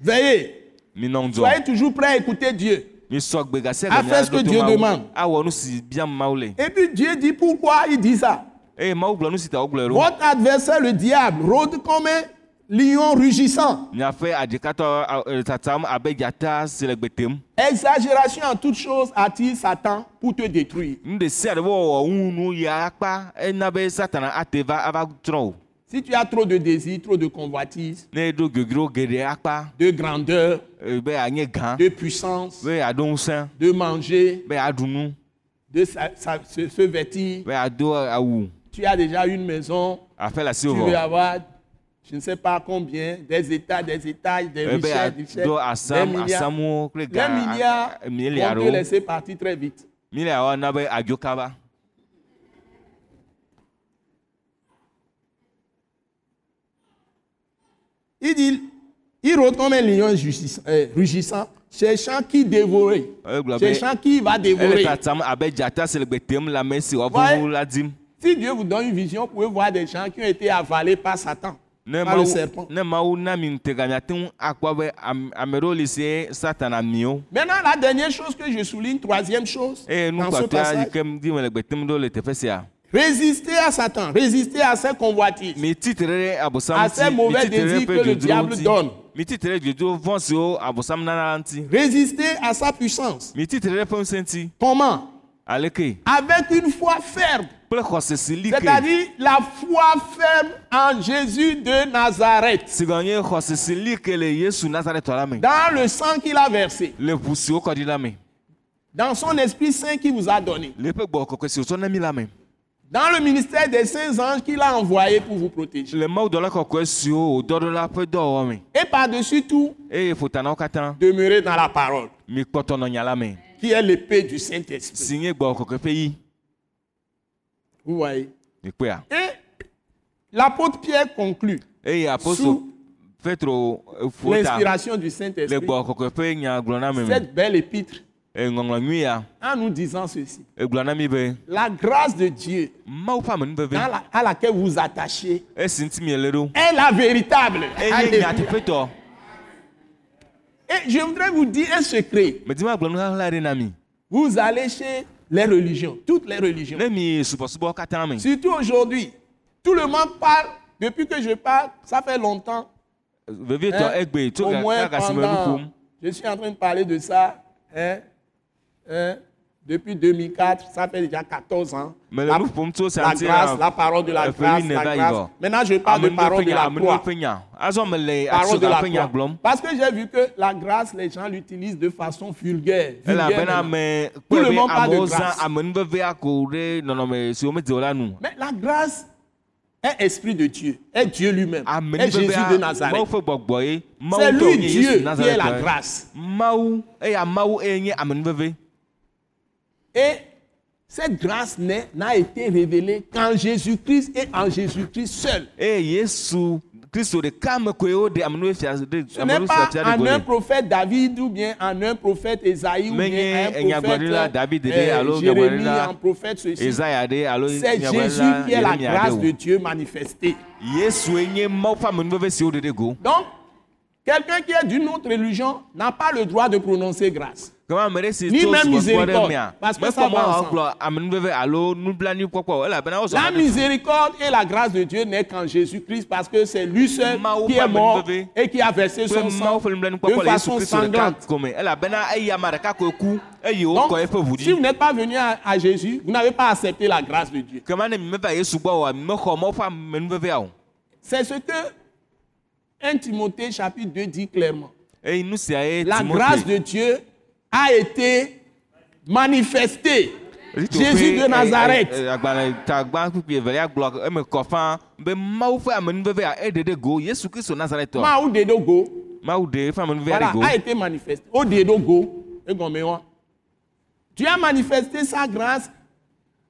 Veillez. minɔ Soyez ŋdzɔ toujours prêt à écouter Dieu. misɔ gbe gasia À faire ce que Dieu demande. awɔ nu si biam mawu le Et puis Dieu dit pourquoi il dit ça. eye mawu gblɔ nu si ta wogblɔe ɖo Votre adversaire, le diable, rôde comme un lion rugissant. miaƒe adzekatɔ a- e, tatam abe dzata si le gbe tem Exagération en toutes choses attire Satan pour te détruire. nu ɖe sia ɖe be wɔwɔ ŋu nu yi akpa ena be satana ate va ava trɔ o Si tu as trop de désir, trop de convoitise, ne eɖo giogiɖo geɖe akpa de grandeur, e, be anye gã de puissance, be yeaɖo ŋusẽ de manger, be yeaɖu nu de sa- sa- se, se vêtir, be yeado awu tu as déjà une maison, aƒe le asi tu veux vɔ avoir, je ne sais pas combien, des états, des étages, des ebe richesses, des richesses, yeado des E, asam milliards. asamuwo kple Des milliards gã qu'on peut miliaɖo laisser partir très vite. miliawo na be adzo kaba Il dit, il rôde comme un lion rugissant- euh, rugissant, cherchant qui dévorer, Ouais, Euh, vous l'avez- cherchant qui va ele dévorer. tatam abe dzata si le gbe tem le ame si Ouais. woavuvu la dim Si Dieu vous donne une vision, vous pouvez voir des gens qui ont été avalés par Satan, ne par le mawu serpent. ne mawu na mi ŋutega miate ŋu akpɔ be am- ame ɖewo li si satana miwo Maintenant, la dernière chose que je souligne, troisième chose, eye nu dans ce kpatɔa yi passage, ke di me le gbe tem ɖo le teƒe sia résister à Satan, résister à ses convoitises. mi titre ɖe abosam À ces mauvais mi titre désirs ɖe que eƒe le dzodzro diable donne. ŋuti mi titre ɖe dzodzro vɔ siwo abosam nana la ŋuti Résister à sa puissance. mi titre ɖe eƒe ŋusẽ ŋuti Comment aleke Avec une foi ferme. kple xɔse si li ke C'est-à-dire la foi ferme en Jésus de Nazareth. si gɔnye xɔse si li ke le yesu nazaretɔ la me Dans le sang qu'il a versé. le ʋu si wokɔ ɖi la me Dans son Esprit Saint qu'il vous a donné. le eƒe gbɔ kɔkɔe si wotsɔ na mi la me Dans le ministère des saints anges qu'il a envoyé pour vous protéger. le mawudɔla kɔkɔe siwo wòdɔ ɖo la ƒe dɔwɔwɔ me Et par-dessus tout, eye ƒota na wo katã demeurer dans la parole, mi kpɔtɔ nɔ nya la me qui est l'épée du Saint-Esprit. si nye gbɔ kɔkɔe ƒe yi Vous voyez. mi kpea Et l'apôtre Pierre conclut eye apostol petro ƒota l'inspiration du le Saint-Esprit, gbɔ kɔkɔe ƒe nya gblɔ na mi me cette belle épître, E, ŋɔŋlɔ nyui ya en nous disant ceci. egblɔ na mi be La grâce de Dieu mawu ƒe ame dans nuveve la- à laquelle vous attachez esi ŋuti mi le ɖo est la véritable. eye Alléluia. nyateƒetɔ Et je voudrais vous dire un secret. medi ma gblɔ nu xaxlã ɖe na mi Vous allez chez les religions, toutes les religions. ne mi subɔsubɔ katã me Surtout aujourd'hui, tout le monde parle, depuis que je parle, ça fait longtemps. vevietɔ hein, egbe tso Eh, au moins gaka gasi me nu pendant- ƒom je suis en train de parler de ça hein, hein, depuis 2004, ça fait déjà 14 ans. Mais la, le nouveau pompe, c'est la un tir, grâce, euh, la parole de la euh, grâce, Féline la va y grâce. voir. Maintenant, je parle ame de parole nuwo de ƒe nya la ame nuwo croix. ƒe nya azɔ mele Parole de asoga ƒe la croix. nya gblɔm Parce que j'ai vu que la grâce, les gens l'utilisent de façon vulgaire. vulgaire elabena maintenant. ame Tout kpɔe le be monde parle amewo de zã grâce. amenuveve ako ɖe nɔnɔme si womedze o la nu Mais la grâce est esprit de Dieu, est Dieu lui-même, est eh, Jésus de amenuvevea mawu Nazareth. ƒe gbɔgbɔ ye C'est mawu tɔ lui wonye Dieu yesu qui est la nazaretɔ grâce. mawu eya mawu eye eh, nye amenuveve Et cette grâce n'est- n'a été révélée qu'en Jésus-Christ et en Jésus-Christ seul. eye Eh, yesu kristu ɖeka me koe woɖe amenuveve fia ɖe Ce n'est pas amenuveve fia ɖe en go un le prophète David ou bien en un prophète Esaïe ou Mais bien il y a un un Gabriel, prophète David, euh, alors, Jérémie, Gabriel, un prophète ceci. ezaya ɖe alo C'est Yeremia Jésus ɖe, qui est la Yeremia ɖe grâce o. de Dieu manifestée. yesue eh, nye mawu ƒe amenuveve si woɖe ɖe go Donc, quelqu'un qui est d'une autre religion n'a pas le droit de prononcer grâce. kama ame ɖe si Ni to même subɔsubɔ ɖe miséricorde, mea parce que ça va mekpɔ mɔ ensemble. gblɔ amenuveve alo nublanuikpɔkpɔ o elabena wosɔ La miséricorde et la grâce de Dieu n'est qu'en Jésus-Christ parce que c'est lui seul Mawu qui ƒe est mort amenuveve. et qui a versé kple son sang mawo ƒe de nublanuikpɔkpɔ le yesu façon kristu ɖeka sanglante. gome elabena eyi ame ɖeka koe ku eye wokɔ eƒe ʋu Donc, si vous ɖi n'êtes pas venu à, à Jésus, vous n'avez pas accepté la grâce de Dieu. kema ne mimeva yesu gbɔ oa mimexɔ mawo ƒe amenuvevea o C'est ce que 1 Timothée chapitre 2 dit clairement. eye nu sia ye La grâce de Dieu a été manifestée. Jésus de euh, Nazareth. agbalẽ tagba kpikpi evelia gblɔ eme kɔ fãa be mawu ƒe amenuvevea eɖe ɖe go yesu kristu nazaretɔ Maou Dedogo mawu ɖe eƒe amenuvevea voilà, ɖe go a été manifesté. Au Dedogo, et Goméwa. Dieu a manifesté sa grâce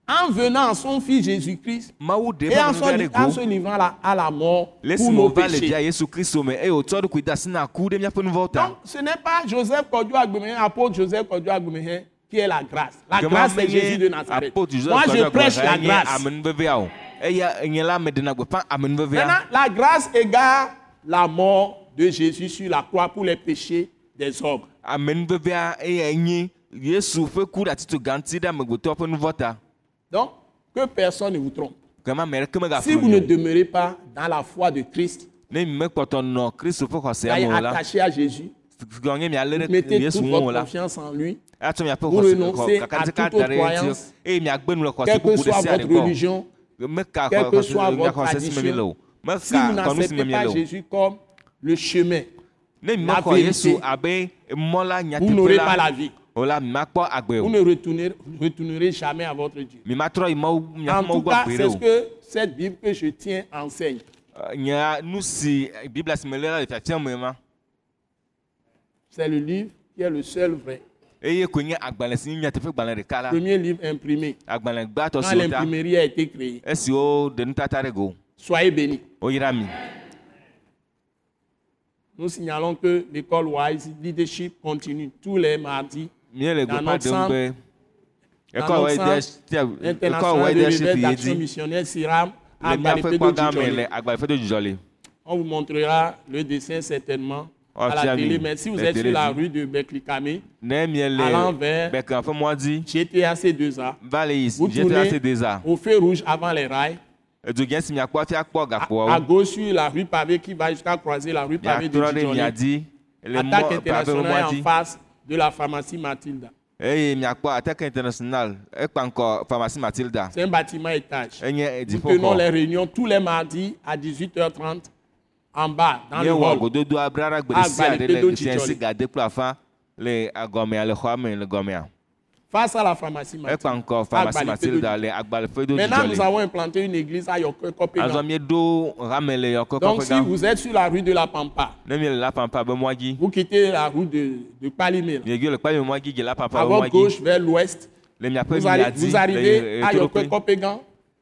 en venant à son fils Jésus-Christ Mawu de et ma en nu ɖe se, en se go. livrant la- à la mort Lesi pour nos wòva le péchés. dzia Yesu Kristo me eye wòtsɔ eɖokui eh, de asi na ku ɖe míaƒe nuvɔwo ta. Donc, ce n'est pas Joseph Kodjo Agbemehin, apôtre Joseph Kodjo Agbemehin, qui est la grâce. La Gama grâce, c'est menye Jésus de Nazareth. apôtre Joseph Moi, je Gbadagba prêche la enye grâce. amenuvevea o. Eya nye la meɖena gbeƒã amenuvevea. Maintenant, la grâce égale la mort de Jésus sur la croix pour les péchés des hommes. Amenuvevea eya Eh, nye Yesu ƒe ku ɖe atito gã ŋuti ɖe amegbetɔ ƒe nuvɔ ta. Donc, que personne ne vous trompe. Gama me ɖeke Si vous ne megaflu demeurez pas dans la foi de Christ, ne mi mekpɔtɔ nɔ Kristo ƒe xɔse soyez me o la, attaché à Jésus, gɔn nye mialé ɖe mettez Yesu toute ŋu o votre la. confiance en lui, atsɔ miaƒe Vous xɔse renoncez xɔ- kaka à sika toute da ɖe eŋuti croyance, eye miagbe nu le xɔse quelle que bubu ɖe soit sia ɖe votre gbɔ religion. meka quelle que xɔse soit mia votre xɔse si me tradition, le o si vous meka kɔnu si me n'acceptez mie pas le o Jésus comme le chemin, ne mi la mekɔ vérité, yesu abe mɔ la vous n'aurez nyateƒe pas la la vie. o la mi makpɔ agbe Vous o ne retournerez, retournerez jamais à votre Dieu. mi matrɔ yi mawu En miaƒe tout mawu gbɔ cas, agbe c'est ce ɖe que cette Bible que je tiens enseigne. o nya nu si biblia si me le la le fiafia me ma C'est le livre qui est le seul vrai. eye koe nye agbalẽ si nye nyateƒe gbalẽ ɖeka la Premier livre imprimé agbalẽ gbãtɔ quand si wo ta l'imprimerie a été créée. esiwo ɖe nutata ɖe go Soyez bénis. woyra mi Nous signalons que l'école Wise Leadership continue tous les mardis miele Dans gbeƒã notre ɖem centre- be e dans ekɔ notre wɔyi centre de ekɔ international wɔyi de de si l'évêque fi ye d'action di. missionnaire Siram à le míaƒe Balepedo kpɔ gã me Tchitchori. le agbalẽƒe do dzudzɔli On vous montrera le dessin certainement Ah, à la tiens, télé. oui. Mais si vous La êtes sur la télévision. rue de Beklikame, ne mie le Allant vers- bɛkan ƒe mɔa dzi GTAC 2A, va le yi vous jeta se tournez deza au feu rouge avant les rails, edzogia si miakpɔ hafi akpɔ à, à gakpoawo gauche sur la rue pavée qui va jusqu'à croiser la rue pavée de miatrɔ ɖe Tchitchori. miadi le Attaque mɔ pave ƒe internationale mɔa en dzi face de la pharmacie Matilda. eye miakpɔ atake international ekpa ŋkɔ Eh, pharmacie Eh, matilda C'est un bâtiment étage. enye Nous tenons les dziƒoxɔ réunions tous les mardis à 18h30 en bas, dans ye le wɔ hall. gododo abrara gbe Ah, sia ɖe Balepedo le Tchitchori. fiasi gade kple afa le agɔmea le xɔa me le gɔmea Face à la pharmacie Matilda. ekpa ŋkɔ à Eh, pharmacie Balepedo matilda Tchitchori. le agbalẽƒe do Maintenant, nous dzudzɔli avons implanté une église à Yoko azɔ Copenhague. mieɖo hame le yɔkɔ Donc, kɔƒe si gã vous êtes sur la rue de la Pampa, ne mi le la pampa be mɔa dzi vous quittez la rue de, de Palimé, là. miegi le kpa mi mɔa dzi dzi la pampa à be votre mɔa dzi gauche vers l'ouest, le miaƒe vous, allez- miadi vous le arrivez à Yoko etoɖoƒe Copenhague.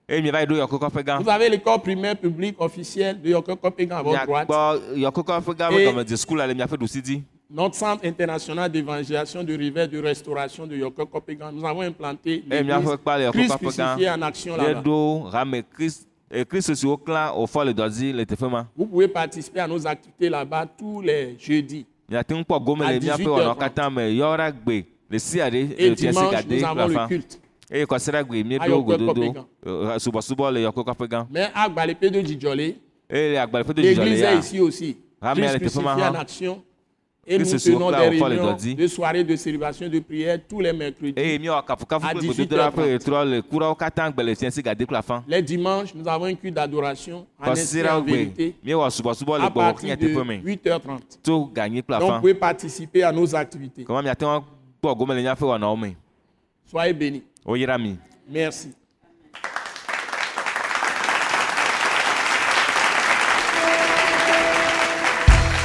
eye mi va yi ɖo yɔkɔ kɔƒe gã Vous avez l'école primaire publique officielle de Yoko Copenhague à votre droite. miakpɔ yɔkɔ kɔƒe gã be Et- gɔmedze sukulu la le miaƒe ɖusi dzi Notre centre international d'évangélisation de rivière de restauration de Yoko Copenhague, nous avons implanté eye miaƒe l'église kpa le yɔkɔ Christ kɔƒe gã crucifié en action là-bas. mieɖo hame Kris- eh, kristu siwo klã wòfɔ le dɔdzi le teƒe ma Vous pouvez participer à nos activités là-bas tous les jeudis. miate ŋu kpɔ gome À le miaƒe 18 heures wɔnɔ katã me yɔra gbe le sia ɖe Et le fiase Eh, dimanche, gade nous avons kple le afa culte. eye kɔsira gbe mieɖo Ayɔkɔ kɔƒe gododo gã. eh, subɔsubɔ le yɔkɔ kɔƒe gã Mais à Gbalépé de Djidjolé, eye le agbalẽƒe do dzudzɔli l'église est ya. ici aussi. Ah, mais Christ elle était pas crucifié en marrant. action. Et Que nous ce soit tenons des clair, on parle réunions d'ordi. de soirées de célébration de prière tous les mercredis. eye miwɔ Eh, kafukafu À kple 18 gbedodoɖa ƒe heures ɣetrɔ le kurawo katã gbe le fiase gade kple afa Les dimanches, nous avons un culte d'adoration en esprit kɔsira en gbe vérité miwɔ subɔsubɔ le à gbɔwɔ partir kinya de teƒe me 8h30. tso ganyi kple Donc, vous afa pouvez participer à nos activités. kɔma miate ŋu kpɔ gome le míaƒe wɔnawo me Soyez bénis. woyra mi Merci.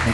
Nous